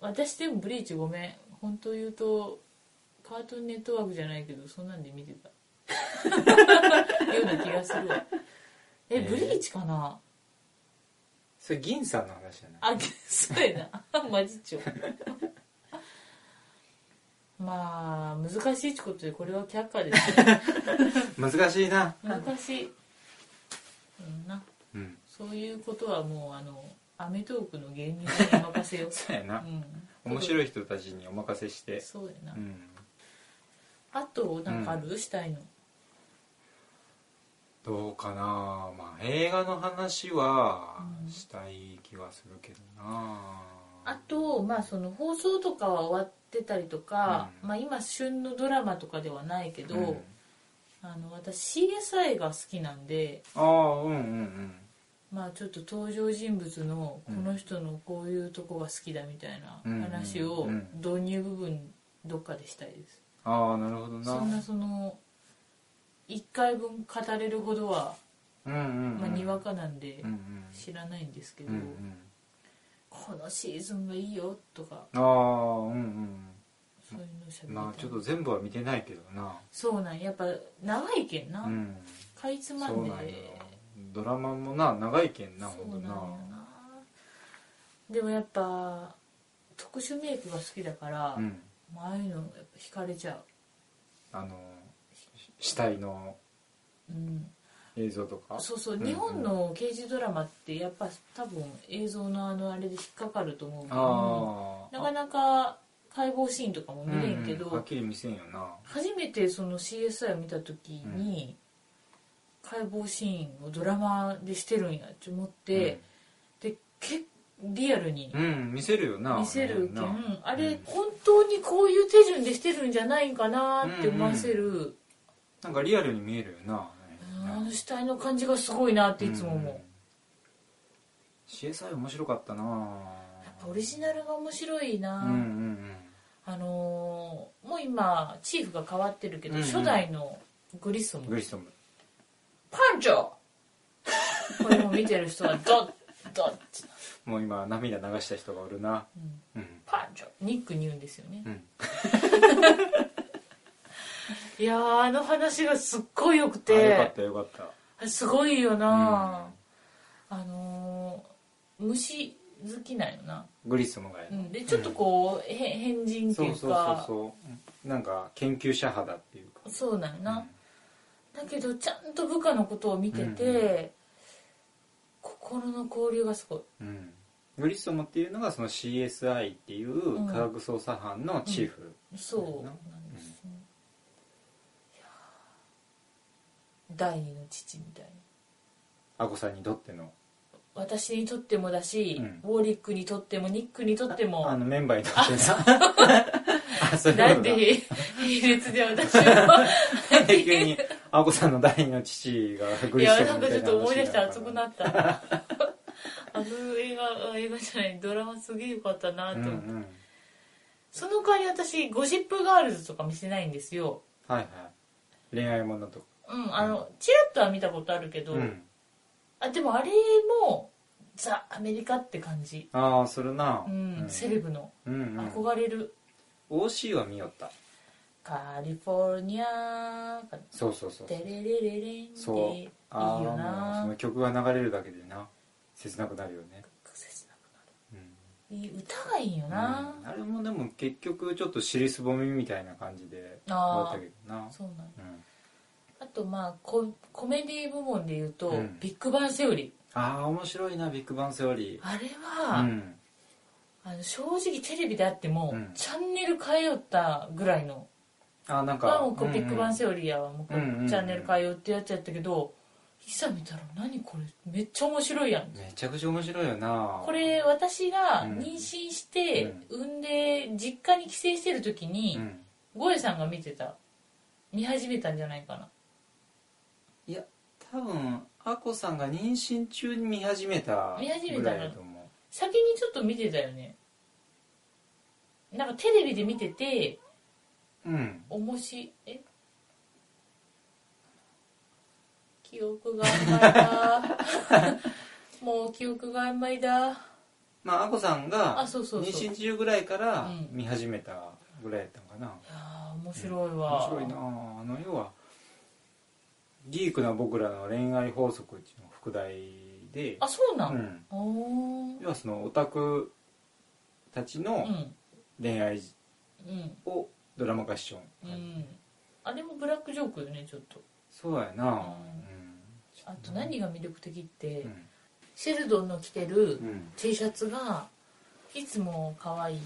S1: 私でもブリーチごめん本当言うとカートゥーンネットワークじゃないけどそんなんで見てたような気がするわえ
S2: えー
S1: ブリーチかな
S2: それ銀さんの話じゃない
S1: あそうやな マジっちょまあ難しいってことでこれは却下ですね
S2: 難しいな
S1: 難しい、うん、な
S2: うん
S1: そういうことはもうあのアメトークの芸人さんに任せよ
S2: そうや
S1: う、
S2: な
S1: うん、
S2: 面白
S1: い
S2: い人たちにお任せして
S1: そうやな、
S2: うん
S1: あとなんかある、したいの
S2: どうかなまあ映画の話はしたい気はするけどな
S1: あとまあその放送とかは終わってたりとか、
S2: うん
S1: まあ今旬のドラマとかではないけど、
S2: うん
S1: あの私 CSI が好きなんで、
S2: ああうんうんうん
S1: まあ、ちょっと登場人物のこの人のこういうとこが好きだみたいな話を
S2: うん
S1: 導入部分どっかでしたいです、
S2: ああなるほどな
S1: そんなその1回分語れるほどは、
S2: うんうんうん
S1: まあ、にわかなんで
S2: うんうん
S1: 知らないんですけど、
S2: うんうん
S1: このシーズンがいいよとか
S2: ああうんうん
S1: そういうの
S2: ま
S1: 喋
S2: あ
S1: りた
S2: ちょ
S1: い
S2: っと全部は見てないけどな
S1: そうなんやっぱ長いけんな、
S2: うん
S1: かいつ
S2: そう
S1: ま
S2: なん
S1: で
S2: んよドラマもな長いけんなほん
S1: そ
S2: と
S1: うなん
S2: な
S1: やなでもやっぱ特殊メイクが好きだから、
S2: うん
S1: もうああいうのやっぱ惹かれちゃ
S2: あのし死体の
S1: ううん
S2: 映像とか
S1: そうそう、
S2: んうん
S1: 日本の刑事ドラマってやっぱ多分映像のあのあれで引っかかると思うけど
S2: ああ
S1: なかなか解剖シーンとかも見れんけど、
S2: うはっきり見せんよな
S1: 初めてその CSI を見た時に、解剖シーンをドラマでしてるんやって思って、でけリアルに
S2: うんうん見せるよな
S1: 見せるけ
S2: あれなん
S1: あれ、
S2: うん
S1: 本当にこういう手順でしてるんじゃないかなって思わせる、
S2: なんかリアルに見えるよな
S1: うんあの死体の感じがすごいなっていつも思う、
S2: ん CSI 面白かったな
S1: やっぱオリジナルが面白いな、
S2: うんうん
S1: あのーもう今チーフが変わってるけど、
S2: うんうん
S1: 初代のグリス
S2: う
S1: ム
S2: んグリストム
S1: パンチョこれも見てる人はドッドッて、
S2: もう今涙流した人がおるな
S1: うん
S2: うん
S1: パンチョニックに言うんですよね、
S2: うん
S1: いやーあの話がすっごいよく
S2: あよかってたよかった
S1: すごいよな
S2: うん、
S1: あのー虫好きなんよな、
S2: グリスムがや
S1: う
S2: る
S1: ん、でちょっとこう、へ変人って
S2: そ
S1: いうう
S2: そうそう
S1: かそう
S2: そうなんか研究者派だっていうか
S1: なんよな、だけどちゃんと部下のことを見てて、
S2: うんう
S1: 心の交流がすごい
S2: うんうんグリストムっていうのがその CSI っていう
S1: うん
S2: 科学捜査班のチーフ
S1: そうなんですね、いやー第二の父みたいな
S2: アコさんにとっての
S1: 私にとってもだし、
S2: う
S1: ウォーリックにとってもニックにとっても
S2: あのメンバーにとって のあそういう
S1: な
S2: こ
S1: ん
S2: とだ
S1: で 並列で私は
S2: 急にアコさんの第二の父がグ
S1: い
S2: リス
S1: や
S2: ト
S1: な
S2: ム
S1: ん
S2: み
S1: かち
S2: た
S1: ょっ
S2: いな
S1: と思い出した
S2: 話
S1: 熱
S2: に
S1: く
S2: な
S1: な
S2: る
S1: った あの映画あ映画じゃないドラマすげえよかったなと
S2: う
S1: 思
S2: んう
S1: って、
S2: ん
S1: その代わり私ゴシップガールズとか見せないんですよ
S2: はいはい恋愛ものとか
S1: うんあのチラッとは見たことあるけど、
S2: うん
S1: あでもあれもザ・アメリカって感じ
S2: ああそれな
S1: うん、セレブの
S2: うんうん
S1: 憧れる、
S2: OC は見よった
S1: カリフォルニアかな
S2: そうそうそう
S1: デレレレレンって
S2: そう
S1: いいよ
S2: ああもうそ
S1: な
S2: の曲が流れるだけでな切なくなるよね
S1: 切なくな
S2: うん
S1: るいい歌がいいよな、
S2: うんあれもでも結局ちょっと尻すぼみみたいな感じで終わったけどな
S1: そうなん
S2: うん
S1: あとまあココメディ部門で言うと、
S2: うん
S1: ビッグバンセオリ
S2: ああ面白いなビッグバンセオリ
S1: ー
S2: ー
S1: あれは、
S2: うん
S1: あの正直テレビであっても、
S2: うん
S1: チャンネル変えよったぐらいの
S2: あーなんか
S1: まあもうこうビッグバンセオリーやわもうこう
S2: うんうん
S1: チャンネル変えようってやっちゃったけどいざ見たら何これめっちゃ面白いやん
S2: めちゃくちゃ面白いよな
S1: これ私が
S2: うん
S1: 妊娠して産んで実家に帰省してる時に
S2: うん
S1: ゴエさんが見てた見始めたんじゃないかない
S2: や多分アコさんが妊娠中に見始めた
S1: 見始めたの
S2: ぐらいだと思
S1: 先にちょっと見てたよねなんかテレビで見てて
S2: ううん
S1: おもしえ記憶が曖昧だ もう記憶が曖昧だ
S2: まあアコさんが
S1: あそうそうそう
S2: 妊娠中ぐらいから
S1: うん
S2: 見始めたぐらいだったのかな、
S1: いやー面白いわ
S2: 面白いなあの要はギークな僕らの恋愛法則っていうのを副題で
S1: あそうな、
S2: うんん、
S1: おー
S2: 要はそのオタクたち
S1: う
S2: の
S1: ん
S2: 恋愛
S1: うん
S2: をドラマ化しちゃう、
S1: うんあれもブラックジョークよねちょっと
S2: そうやな、うん
S1: あと何が魅力的って、
S2: うん
S1: シェルドンの着てる
S2: うん、
S1: T シャツがいつも可愛い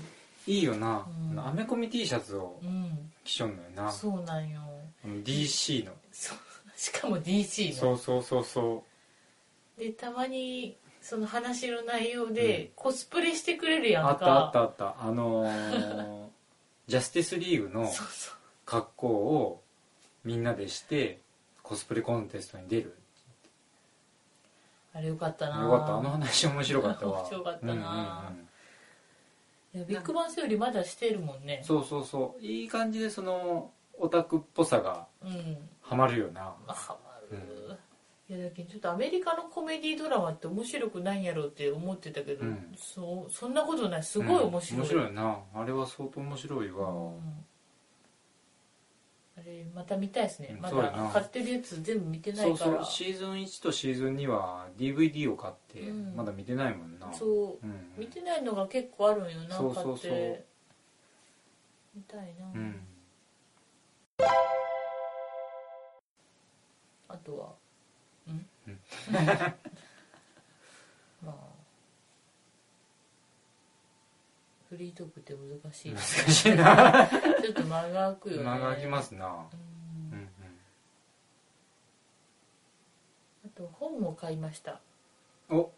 S2: いいよな、
S1: うん
S2: あのアメコミ T シャツを
S1: うん
S2: 着ちゃうのよな
S1: そうなんよ
S2: あの DC の
S1: そう しかも DC
S2: そ
S1: の
S2: うそうそうそ
S1: でたまにその話の内容で、コスプレしてくれる
S2: う
S1: やんか
S2: あったあったあったあの ージャスティスリーグの
S1: そうそう
S2: 格好をみんなでしてコスプレコンテストに出る
S1: あれよかった
S2: よ
S1: な
S2: かったあの話面白かったわ
S1: 面白かったな
S2: うんうんうん
S1: いやビッグバンセよりまだしてるもんね
S2: そうそうそういい感じでそのオタクっぽさが
S1: うん
S2: ハマるよな
S1: まあハマる、いやだけどちょっとアメリカのコメディドラマって面白くないんやろうって思ってたけど、
S2: うん
S1: そうそんなことないすごい面白い、
S2: うん面白いなあれは相当面白いわ、
S1: うんあれまた見たいですね
S2: うん
S1: ま
S2: そうや
S1: だ
S2: な
S1: 買ってるやつ全部見てな
S2: そ
S1: いうか
S2: そう
S1: ら
S2: シーズン1とシーズン2は DVD を買って
S1: うん
S2: まだ見てないもんな、
S1: そう
S2: うん
S1: 見てないのが結構あるんよな
S2: そう
S1: 買
S2: そう
S1: っ
S2: そう
S1: て見たいな、
S2: うん
S1: あとはうん
S2: うん
S1: まあフリートークって難しい
S2: 難しいな
S1: ちょっと間が空くよね
S2: 間が空きますな、
S1: うん
S2: うんうん、
S1: あと本を買いました
S2: お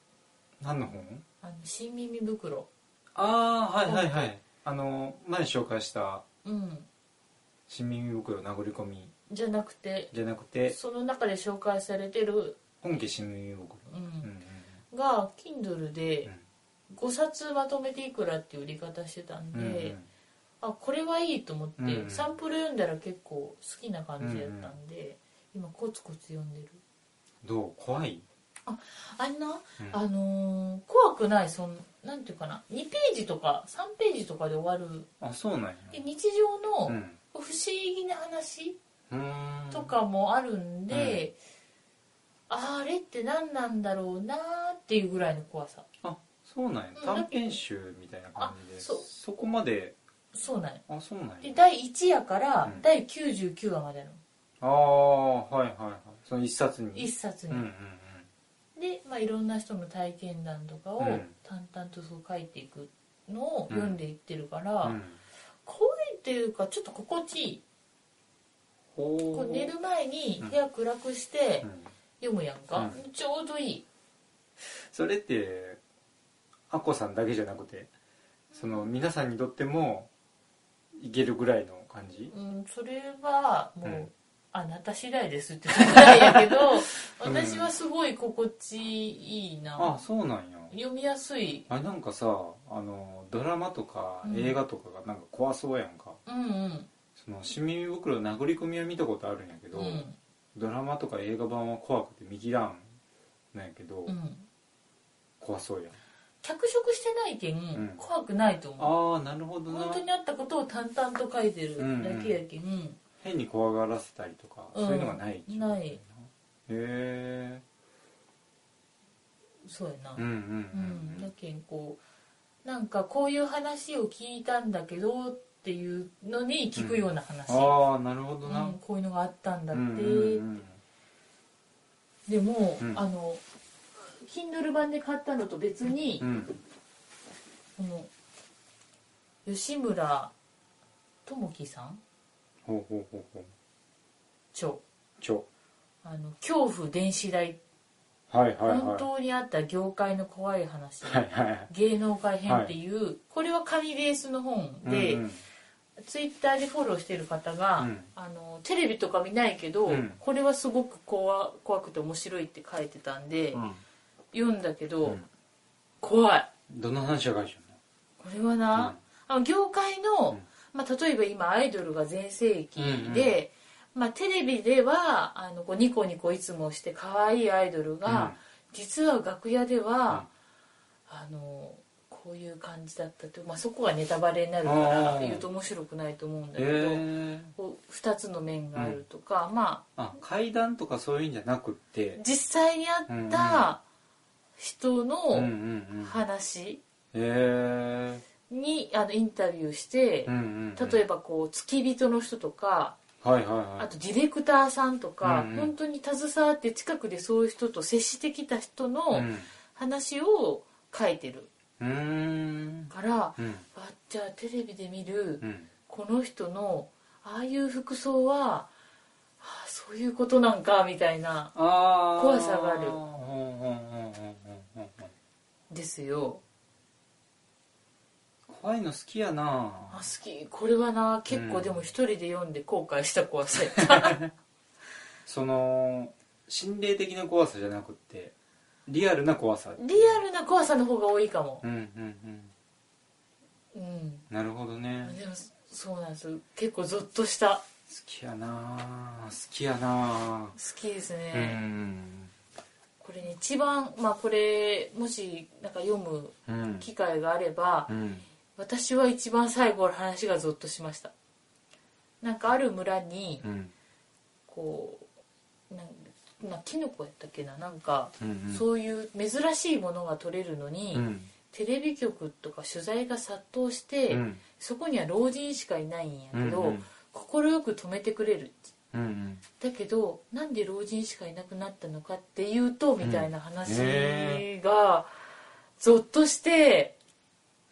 S2: 何の本
S1: あの新耳袋
S2: ああはいはいはいあの前紹介した
S1: うん
S2: 「新耳袋殴り込み
S1: じゃなくて」
S2: じゃなくて
S1: その中で紹介されてる、
S2: 「本家新耳袋
S1: うん」
S2: うんうん
S1: が Kindle
S2: う
S1: で
S2: ん
S1: 5冊まとめていくらっていう売り方してたんで、あこれはいいと思って、
S2: うん
S1: サンプル読んだら結構好きな感じやったんで、今コツコツ読んでる
S2: どう怖い、
S1: あんな、
S2: うん
S1: あのー怖くないそんなんていうかな2ページとか3ページとかで終わる
S2: あそうなんや
S1: で日常
S2: う
S1: の
S2: ん
S1: 不思議な話
S2: うーん
S1: とかもあるんで、あれって何なんだろうなーっていうぐらいの怖さ
S2: あそうなんや
S1: うん
S2: 短編集みたいな感じで
S1: あそう
S2: そこまで
S1: そうなんよ
S2: あそうなんや
S1: で第1夜から
S2: うん
S1: 第99話までの
S2: ああはいはいはいその一冊に
S1: 1冊に、
S2: うんうんうん
S1: で、まあ、いろんな人の体験談とかを
S2: うん
S1: 淡々とそう書いていくのを読んでいってるから、
S2: うん
S1: 怖いっていうかちょっと心地いい
S2: ほー
S1: こう寝る前に部屋暗くして
S2: うん
S1: 読むやんか、
S2: う
S1: ちょうどいい
S2: それってアッコさんだけじゃなくてその皆さんにとってもいけるぐらいの感じ
S1: うん、それはもう、
S2: うん
S1: あなた次第ですって言ったんや けど、
S2: うん
S1: 私はすごい心地いい
S2: あ
S1: な
S2: そうなんや
S1: 読みやすい
S2: あれなんかさあのドラマとか
S1: うん
S2: 映画とかがなんか怖そうやんか、
S1: うんうん
S2: そのしみ袋の殴り込みは見たことあるんやけ
S1: う
S2: ど、
S1: ん
S2: ドラマとか映画版は怖くて見切らんなんやけど、
S1: うん
S2: 怖そうやん
S1: 脚色してないけん、
S2: ん
S1: 怖くないと思う
S2: ああなるほどな
S1: 本当にあったことを淡々と書いてるだけやけん、
S2: 変に怖がらせたりとか、
S1: うん
S2: そういうのがないってうことや
S1: ない
S2: へえ
S1: そうやな、
S2: うんうん
S1: うん、
S2: うん
S1: だけんこうなんかこういう話を聞いたんだけどっていうのに聞くような話、うん
S2: ああなるほどな、
S1: こういうのがあったんだ
S2: う
S1: っ
S2: ん
S1: て、
S2: うんうん
S1: でも、
S2: うん
S1: あの Kindle 版で買ったのと別に、
S2: うん
S1: この吉村智樹さん
S2: ほうほうほうほう
S1: 著
S2: ちょ
S1: 「あの恐怖電子代」
S2: はいはいはい
S1: 本当にあった業界の怖い話、
S2: はいはい
S1: 芸能界編っていう、これは紙ベースの本で、
S2: うんうん
S1: ツイッターでフォローしてる方が、
S2: うん
S1: あのテレビとか見ないけど、
S2: うん
S1: これはすごく怖怖くて面白いって書いてたんで、
S2: うん
S1: 読んだけど、
S2: うん
S1: 怖い
S2: どんな話が書いて
S1: これは
S2: あるの
S1: な、あの業界の、
S2: うん
S1: まあ、例えば今アイドルが全盛期
S2: うん
S1: で、まあ、テレビではあのこうニコニコいつもして可愛いアイドルが、実は楽屋では、あのこういう感じだったと、まあ、そこがネタバレになるか
S2: あ
S1: ら
S2: ー
S1: 言うと面白くないと思うんだ
S2: う
S1: け
S2: ん
S1: ど、
S2: へえ
S1: こう2つの面があるとか、ま
S2: あ階段とかそういうんじゃなくって
S1: あ実際にあった人
S2: うんうん
S1: の
S2: うんへ
S1: 話
S2: え
S1: にあのインタビューして
S2: うんうんうん
S1: 例えばこう付き人の人とか
S2: はいはいはい
S1: あとディレクターさんとか
S2: うんうん
S1: 本当に携わって近くでそういう人と接してきた人の
S2: うん
S1: 話を書いてる
S2: うーん
S1: から
S2: うん
S1: あじゃあテレビで見る
S2: うん
S1: この人のああいう服装はああそういうことなんかみたいな
S2: あー
S1: 怖さがある
S2: ほんほんほんほんほんほんほん
S1: ですよ。
S2: 怖いの好きやな
S1: あ好きこれはな結
S2: う
S1: 構
S2: ん
S1: でも一人で読んで後悔した怖さやった、
S2: その心霊的な怖さじゃなくってリアルな怖さ
S1: リアルな怖さの方が多いかも
S2: うん
S1: うん
S2: うんうんなるほどね
S1: でもそうなんです結構ゾッとした
S2: 好きやな好きやな
S1: 好きです
S2: う
S1: ね、
S2: ん
S1: これね一番まあこれもしなんか読む
S2: うん
S1: 機会があれば、
S2: うん
S1: 私は一番最後の話がゾッとしましたなんかある村に
S2: うん
S1: こうなんなキノコやったっけななんか、
S2: うん
S1: そういう珍しいものが取れるのに、
S2: うん
S1: テレビ局とか取材が殺到して、
S2: うん
S1: そこには老人しかいないんやけ
S2: うんう
S1: ど
S2: ん
S1: 快、く止めてくれる
S2: うんうん
S1: だけどなんで老人しかいなくなったのかっていうとみたいな話
S2: へ
S1: がゾッとして、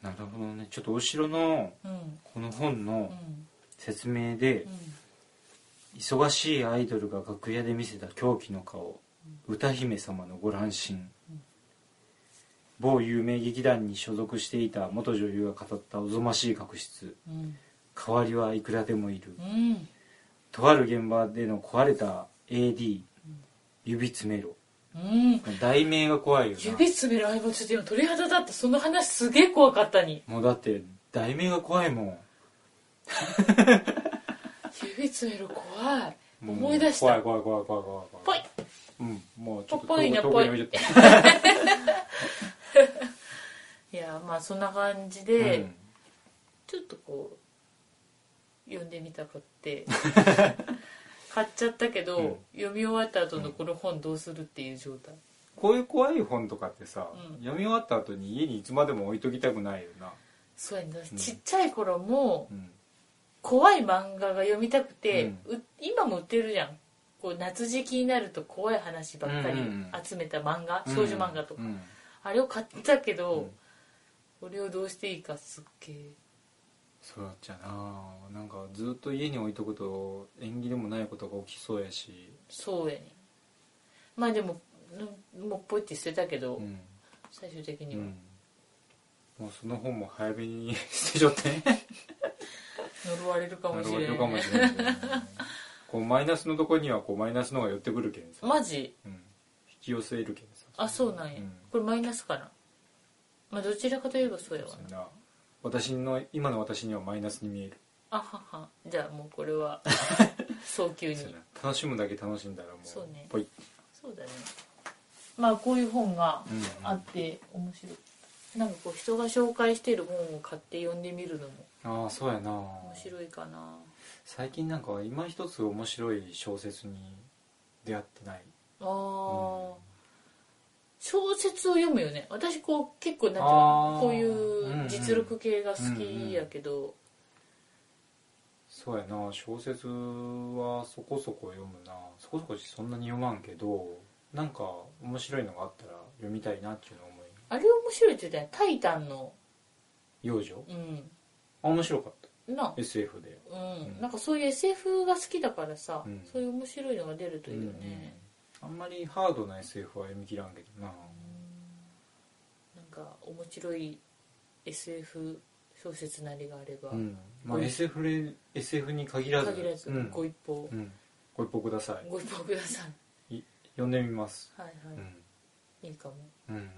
S2: なるほどねちょっとお城の
S1: うん
S2: この本
S1: う
S2: の
S1: ん
S2: 説明で
S1: う
S2: 忙しいアイドルが楽屋で見せた狂気の顔歌姫様のご乱心
S1: うん
S2: 某有名劇団に所属していた元女優が語ったおぞましい確執
S1: んうん
S2: 代わりはいくらでもいる
S1: うん
S2: とある現場での壊れた AD 指詰めろ
S1: うん
S2: 題名が怖いよ
S1: 指
S2: な
S1: 滑る相棒ちょっと今鳥肌だってその話すげえ怖かったに
S2: もうだって題名が怖いもん
S1: 指滑る怖い
S2: もう
S1: 思い出した
S2: 怖い怖い怖い怖い怖い怖い
S1: ぽい
S2: うんもうちょっと
S1: ぽっぽいな
S2: 遠く
S1: ぽい
S2: 遠くに置いちゃっ
S1: いやまあそんな感じ
S2: た
S1: で、
S2: うん
S1: ちょっとこう読んでみたくって 買っちゃったけど、
S2: うん
S1: 読み終わった後のこの本どうするっていう状態
S2: こういう怖い本とかってさ、
S1: うん
S2: 読み終わった後に家にいつまでも置いときたくないよな、
S1: そうやね私
S2: うん
S1: ちっちゃい頃も
S2: うん
S1: 怖い漫画が読みたくて、
S2: う
S1: う今も売ってるじゃんこう夏時期になると怖い話ばっかり
S2: うんうんうん
S1: 集めた漫画、少女漫画とか、
S2: うん
S1: あれを買ったけど、
S2: うん
S1: これをどうしていいかすっげえ
S2: そうだっちゃななんかずっと家に置いとくと縁起でもないことが起きそうやし、
S1: そうやねまあでもうんもうポイって捨てたけど、
S2: うん
S1: 最終的
S2: う
S1: には、
S2: ん、もうその本も早めに 捨てちゃって
S1: 呪われるかもしれ
S2: るかも
S1: ない
S2: しれないけどねこうマイナスのとこにはこうマイナスのが寄ってくるけんさ、
S1: マジ
S2: うん、引き寄せるけんさ
S1: あそうなんや、
S2: うん
S1: これマイナスかなまあどちらかといえばそうやわ
S2: そん
S1: な
S2: な私の今の私にはマイナスに見える
S1: あははじゃあもうこれ は早急に
S2: そうやな楽しむだけ楽しんだらもう
S1: そうね
S2: ぽい
S1: そうだねまあこういう本が
S2: うんうん
S1: あって面白いなんかこう人が紹介してる本を買って読んでみるのも
S2: ああそうやな
S1: 面白いかな
S2: 最近なんか今一つ面白い小説に出会ってない
S1: あー、
S2: うん
S1: 小説を読むよね私こう結構なんていう
S2: あ
S1: の
S2: ー
S1: こうい
S2: んう
S1: うんう実力系が好きやけど、
S2: そうやな小説はそこそこ読むなそこそこそんなに読まんけどなんか面白いのがあったら読みたいなっていうのを思い
S1: あれ面白いって言ったよねタイタンの」
S2: 幼女
S1: うん
S2: あ面白かっ
S1: な
S2: た SF で
S1: うん
S2: うん
S1: なんかそういう SF が好きだからさ、
S2: うん
S1: そういう面白いのが出るといいよ
S2: うんうん
S1: ね、
S2: あんまりハードな SF は読み切らんけどな
S1: なんか面白い SF 小説なりがあれば、
S2: うんまあ
S1: うん
S2: SF, れ SF に限らず
S1: 限らず
S2: うん
S1: ご一報、
S2: うんご一報ください
S1: ご一報ください
S2: 読んでみます
S1: はいは
S2: う
S1: い、
S2: ん
S1: いいかも
S2: うんうんうん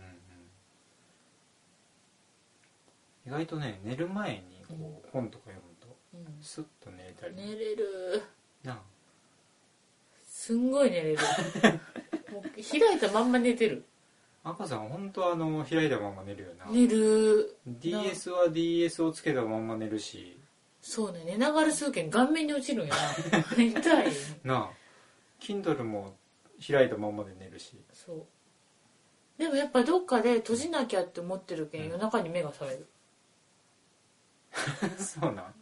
S2: 意外とね寝る前にこう本とか読むと
S1: うん
S2: スッと寝れたり
S1: 寝れる
S2: なあ
S1: すんごい寝 れるもう開いたまんま寝てる
S2: 赤さん本当あの開いたまま寝るよな、
S1: 寝る
S2: DS は DS をつけたまま寝るし
S1: そうね寝ながら数件顔面に落ちるんや な痛い
S2: なあ Kindle も開いたままで寝 るし
S1: そうでもやっぱどっかで閉じなきゃって思ってるけん、
S2: うん
S1: 夜中に目が覚める
S2: そうなん、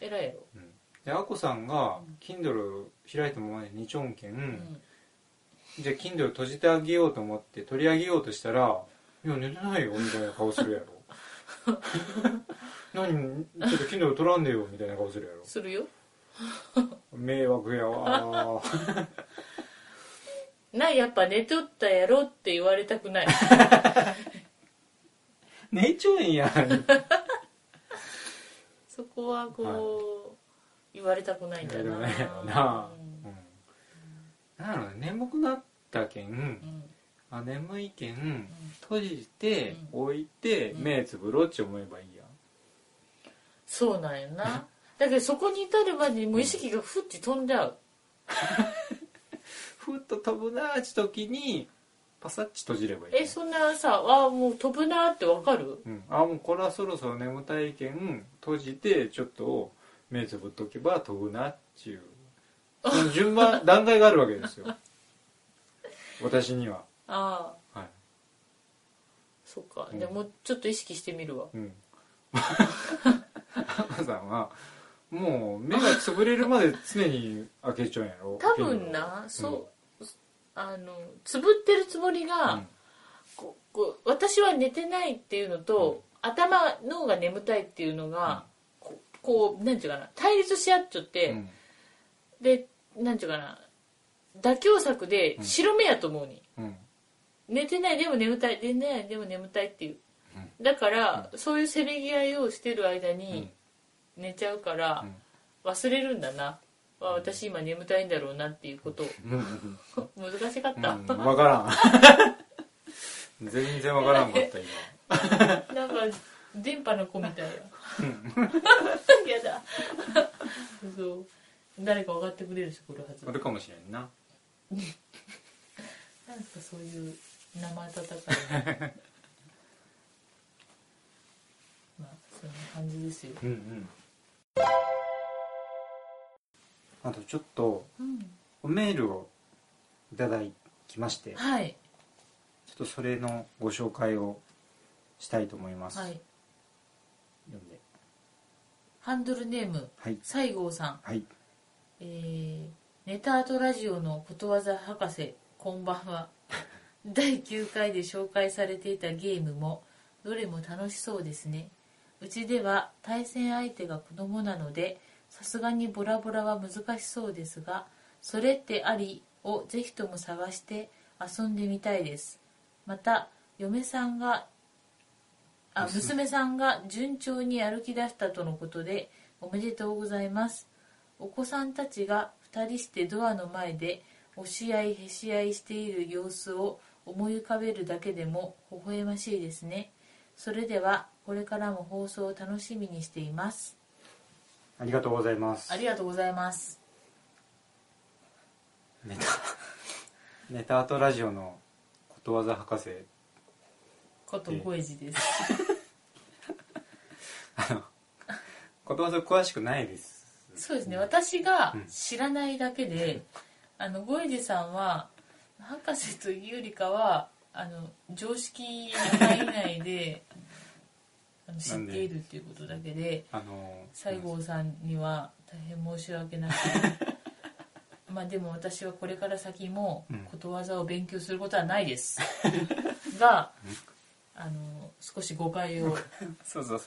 S1: 偉いやろ
S2: うん、であこさんが
S1: うん
S2: Kindle 開いたままで寝ちょんけん、
S1: うん
S2: じゃあ Kindle 閉じてあげようと思って取り上げようとしたら「いや寝てないよ」みたいな顔するやろ 何ちょっと Kindle 取らんでよみたいな顔するやろ
S1: するよ
S2: 迷惑やわー
S1: なやっぱ寝とったやろって言われたく ない
S2: 寝ち ょんやん
S1: そこはこう、言われたくないんだ
S2: やる
S1: な
S2: ねやろな
S1: うん
S2: うんなんやろね眠くなったけん
S1: うん
S2: あ眠いけ
S1: うんん
S2: 閉じて
S1: う
S2: 置いて
S1: うん
S2: 目つぶろうって思えばいいやん
S1: そうなんやなだけどそこに至るまでにもう意識がふって飛んじゃう
S2: ふっと飛ぶなーって時にパサッチ閉じればいいやん
S1: えそんなさあもう飛ぶなってわかる
S2: うん、あもうこれはそろそろ眠たいけん閉じてちょっと目つぶっとけば飛ぶなっちゅうその順番段階があるわけです よ私には
S1: ああ
S2: はい
S1: そっか、
S2: うん
S1: でもうちょっと意識してみるわ
S2: うん赤さんはもう目がつぶれるまで常に開けちゃうんやろ
S1: 多分な、そうあのつぶってるつもりが、
S2: うん
S1: こうこう私は寝てないっていうのと、頭脳が眠たいっていうのが、こうこうなんていうかな対立し合っちゃって、
S2: うん
S1: でなんていうかな妥協策で
S2: うん
S1: 白目やと思うに、
S2: うんうん
S1: 寝てないでも眠たい寝てないでも眠たいっていうだから、そういうせめぎ合いをしてる間
S2: うん
S1: に寝ちゃうから
S2: う、ん
S1: 忘れるんだなは私今眠たいんだろうなっていうことを
S2: うん
S1: 難しかった、
S2: 分からん全然分からんかった今
S1: なんか電波の子みたいや やだそう誰か分かってくれる人来るはず
S2: あるかもしれんな
S1: なんかそういう生温か いまあそんな感じですよ
S2: うんうんあとちょっと
S1: うん
S2: メールをいただきましてちょ
S1: はい
S2: っとそれのご紹介をしたいと思います、
S1: はい
S2: 読んで
S1: ハンドルネーム
S2: はい
S1: 西郷さん、
S2: はい
S1: えー、ネタアートラジオのことわざ博士こんばんは第9回で紹介されていたゲームもどれも楽しそうですねうちでは対戦相手が子供なのでさすがにボラボラは難しそうですが「それってあり?」をぜひとも探して遊んでみたいですまた嫁さんがあ娘さんが順調に歩き出したとのことでおめでとうございますお子さんたちが2人してドアの前で押し合いへし合いしている様子を思い浮かべるだけでも微笑ましいですねそれではこれからも放送を楽しみにしています
S2: ありがとうございます
S1: ありがとうございます
S2: ネタ ネタアートラジオのことわざ博士
S1: ことごえじです
S2: あのことわざ詳しくないです
S1: そうですね私が
S2: うん
S1: 知らないだけで、あのゴイジさんは博士というよりかはあの常識の範囲内 であの知っているっていうことだけで
S2: あの
S1: 西郷さんには大変申し訳なく まあでも私はこれから先も
S2: うん
S1: ことわざを勉強することはないです があの少し誤解を
S2: そうそうそう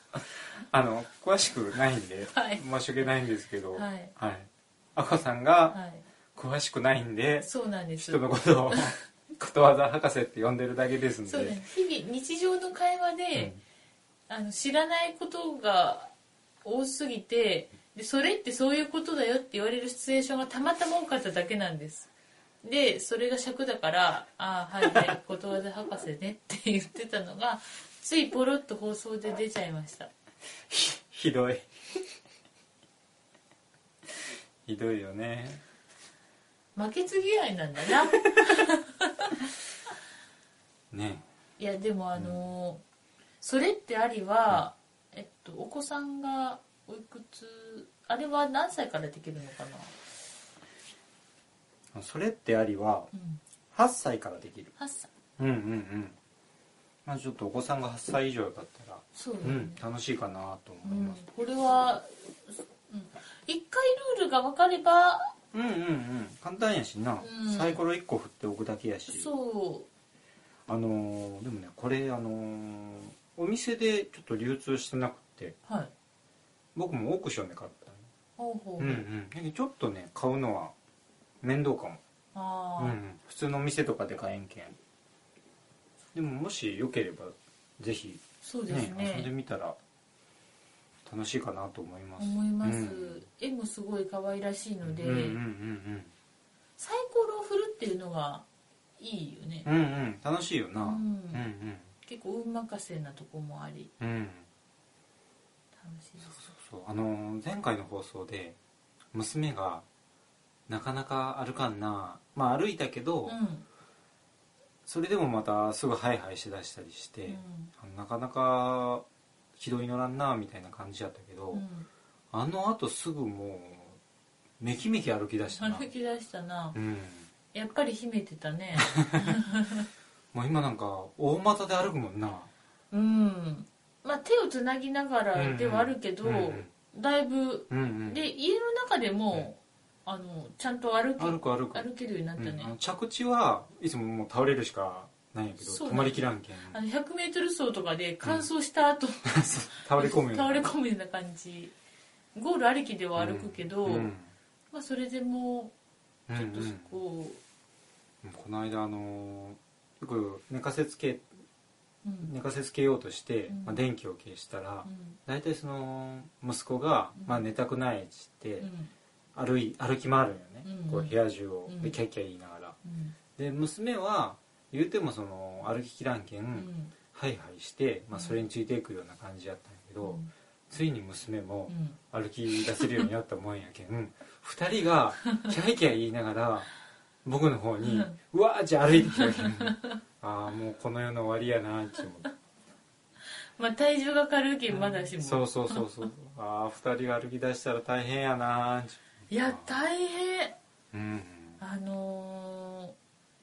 S2: あの詳しくないんで、
S1: はい
S2: 申し訳ないんですけど
S1: はい
S2: 赤さんが
S1: はい
S2: 詳しくないんで、
S1: そうなんです
S2: 人のことを ことわざ博士って呼んでるだけですんで
S1: そうね、日々日常の会話で、あの知らないことが多すぎてでそれってそういうことだよって言われるシチュエーションがたまたま多かっただけなんですでそれが尺だから「ああはいはいことわざ博士ね」って言ってたのがついポロッと放送で出ちゃいました
S2: ひひどいひどいよね
S1: 負けず嫌いなんだな
S2: ね
S1: いやでもあのーそれってありは、えっと、お子さんがおいくつあれは何歳からできるのかな、
S2: それってありは
S1: うん
S2: 8歳からできる
S1: 8歳
S2: うんうんうんまあちょっとお子さんが8歳以上だったら
S1: そうだ
S2: う
S1: ね、
S2: ん楽しいかなと
S1: う
S2: 思い
S1: ん
S2: ます、
S1: これは、うん、一回ルールが分かれば
S2: うん、うんうん簡単やしな、
S1: うん
S2: サイコロ1個振っておくだけやし
S1: そ
S2: あのーでもねこれあのーお店でちょっと流通してなくて
S1: うはい
S2: 僕もオークションで買ったの
S1: ほうほう、
S2: うんうんだけどちょっとね買うのは面倒かも、
S1: あ
S2: う
S1: あ、
S2: んうん、普通のお店とかで買えんけんでももしよければぜひ
S1: そうです
S2: ね
S1: ね
S2: 遊んでみたら楽しいかなと思います
S1: 思います、
S2: うん
S1: 絵もすごい可愛らしいので、
S2: うんうんうん
S1: サイコロを振るっていうのがいいよね
S2: う、んうんうん楽しいよな、
S1: うん
S2: うん
S1: 結構運任せなとこもあり
S2: うんうん
S1: 楽しいです
S2: そうあのー前回の放送で娘がなかなか歩かんなまあ歩いたけど、
S1: うん
S2: それでもまたすぐハイハイしだしたりして、
S1: うん
S2: あのなかなか軌道に乗らんなみたいな感じやったけど、
S1: うん
S2: あのあとすぐもうめきめき歩き出したな
S1: 歩き出したな
S2: うん
S1: やっぱり秘めてたね
S2: もう今なんか大股で歩くもんな
S1: うんまあ手をつなぎながらではあるけど、
S2: うんうん
S1: だいぶ
S2: うんうん
S1: で家の中でも、あのちゃんと歩け
S2: 歩
S1: 歩
S2: く歩く
S1: けるようになったね
S2: うん、あの着地はいつももう倒れるしかないんやけど
S1: そう
S2: 止
S1: ね
S2: まりきらんけん
S1: あの 100m 走とかで完走した後、
S2: 倒れ込むような
S1: 倒れ込むような感じゴールありきでは歩くけど、
S2: うんうん
S1: まあ、それでも
S2: うん
S1: ちょっとそこを、
S2: うんこの間あのーよく寝かせつけ
S1: うん
S2: 寝かせつけようとして、
S1: うん
S2: まあ、電気を消したら、
S1: うん
S2: 大体その息子が、
S1: うん
S2: まあ、寝たくないっつって、
S1: うん
S2: 歩い歩き回るんよね、
S1: うん
S2: こう部屋中を
S1: う
S2: で
S1: ん
S2: キャッキャ言いながら、
S1: うん
S2: で娘は言うてもその歩ききらんけん、
S1: うん
S2: ハイハイして、ま
S1: う
S2: あ、
S1: ん
S2: それについていくような感じやったんやけど、ついに娘も
S1: うん
S2: 歩き出せるようになったもんやけん、 二人がキャイキャイ言いながら僕の方に
S1: うん
S2: うわーって歩いてきたわけんああもうこの世の終わりやなって思って
S1: まあ体重が軽いけ んまだしも、
S2: そうそうそうそうああ二人が歩き出したら大変やなーって
S1: いや大変
S2: うん
S1: あのー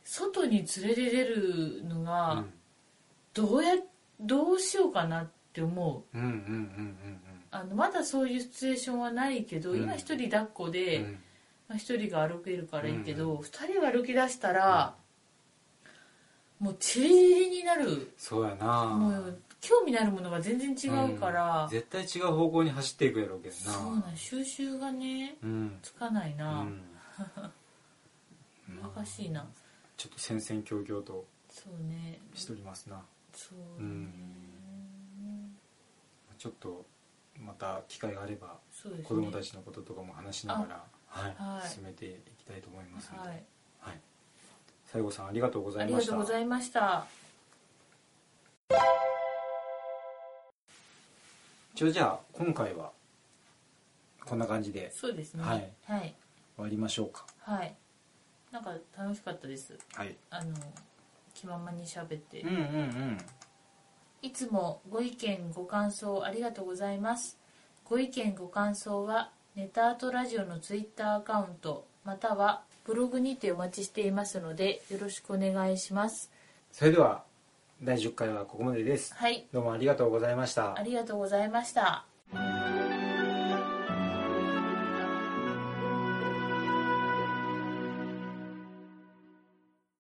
S1: 外に連れて出るの
S2: う
S1: が
S2: ん
S1: どうやどうしようかなって思う
S2: うんうんうん
S1: あのまだそういうシチュエーションはないけど、
S2: うん
S1: 今一人抱っこ
S2: うんうん
S1: で、
S2: うん
S1: まあ、一人が歩けるからいいけ
S2: う
S1: ど、
S2: ん
S1: 二人が歩き出したら、もうチリチリになる
S2: そうやな
S1: もう興味のあるものが全然違うから、
S2: ん絶対違う方向に走っていくやろうけどな
S1: そうなん収集がね
S2: うん
S1: つかないな、
S2: うん
S1: おかしいな
S2: ちょっと戦々恐々と
S1: そうね
S2: しておりますな
S1: そうね、
S2: ちょっとまた機会があれば
S1: そうですね
S2: 子供たちのこととかも話しながら、はい
S1: はい
S2: 進めていきたいと思いますので、
S1: はい
S2: はい西郷さんありがとうござ
S1: あ
S2: い
S1: り
S2: ま
S1: が
S2: した
S1: とうございました
S2: 一応じゃあ今回はこんな感じで
S1: そうですね
S2: はい
S1: はい、
S2: 終わりましょうか
S1: はいなんか楽しかったです
S2: はい
S1: あの気ままに喋って、
S2: うんうんうん
S1: いつもご意見ご感想ありがとうございます。ご意見ご感想はネタアートラジオのツイッターアカウントまたはブログにてお待ちしていますのでよろしくお願いします。
S2: それでは第10回はここまでです
S1: はい、
S2: どうもありがとうございました
S1: ありがとうございました。
S2: 「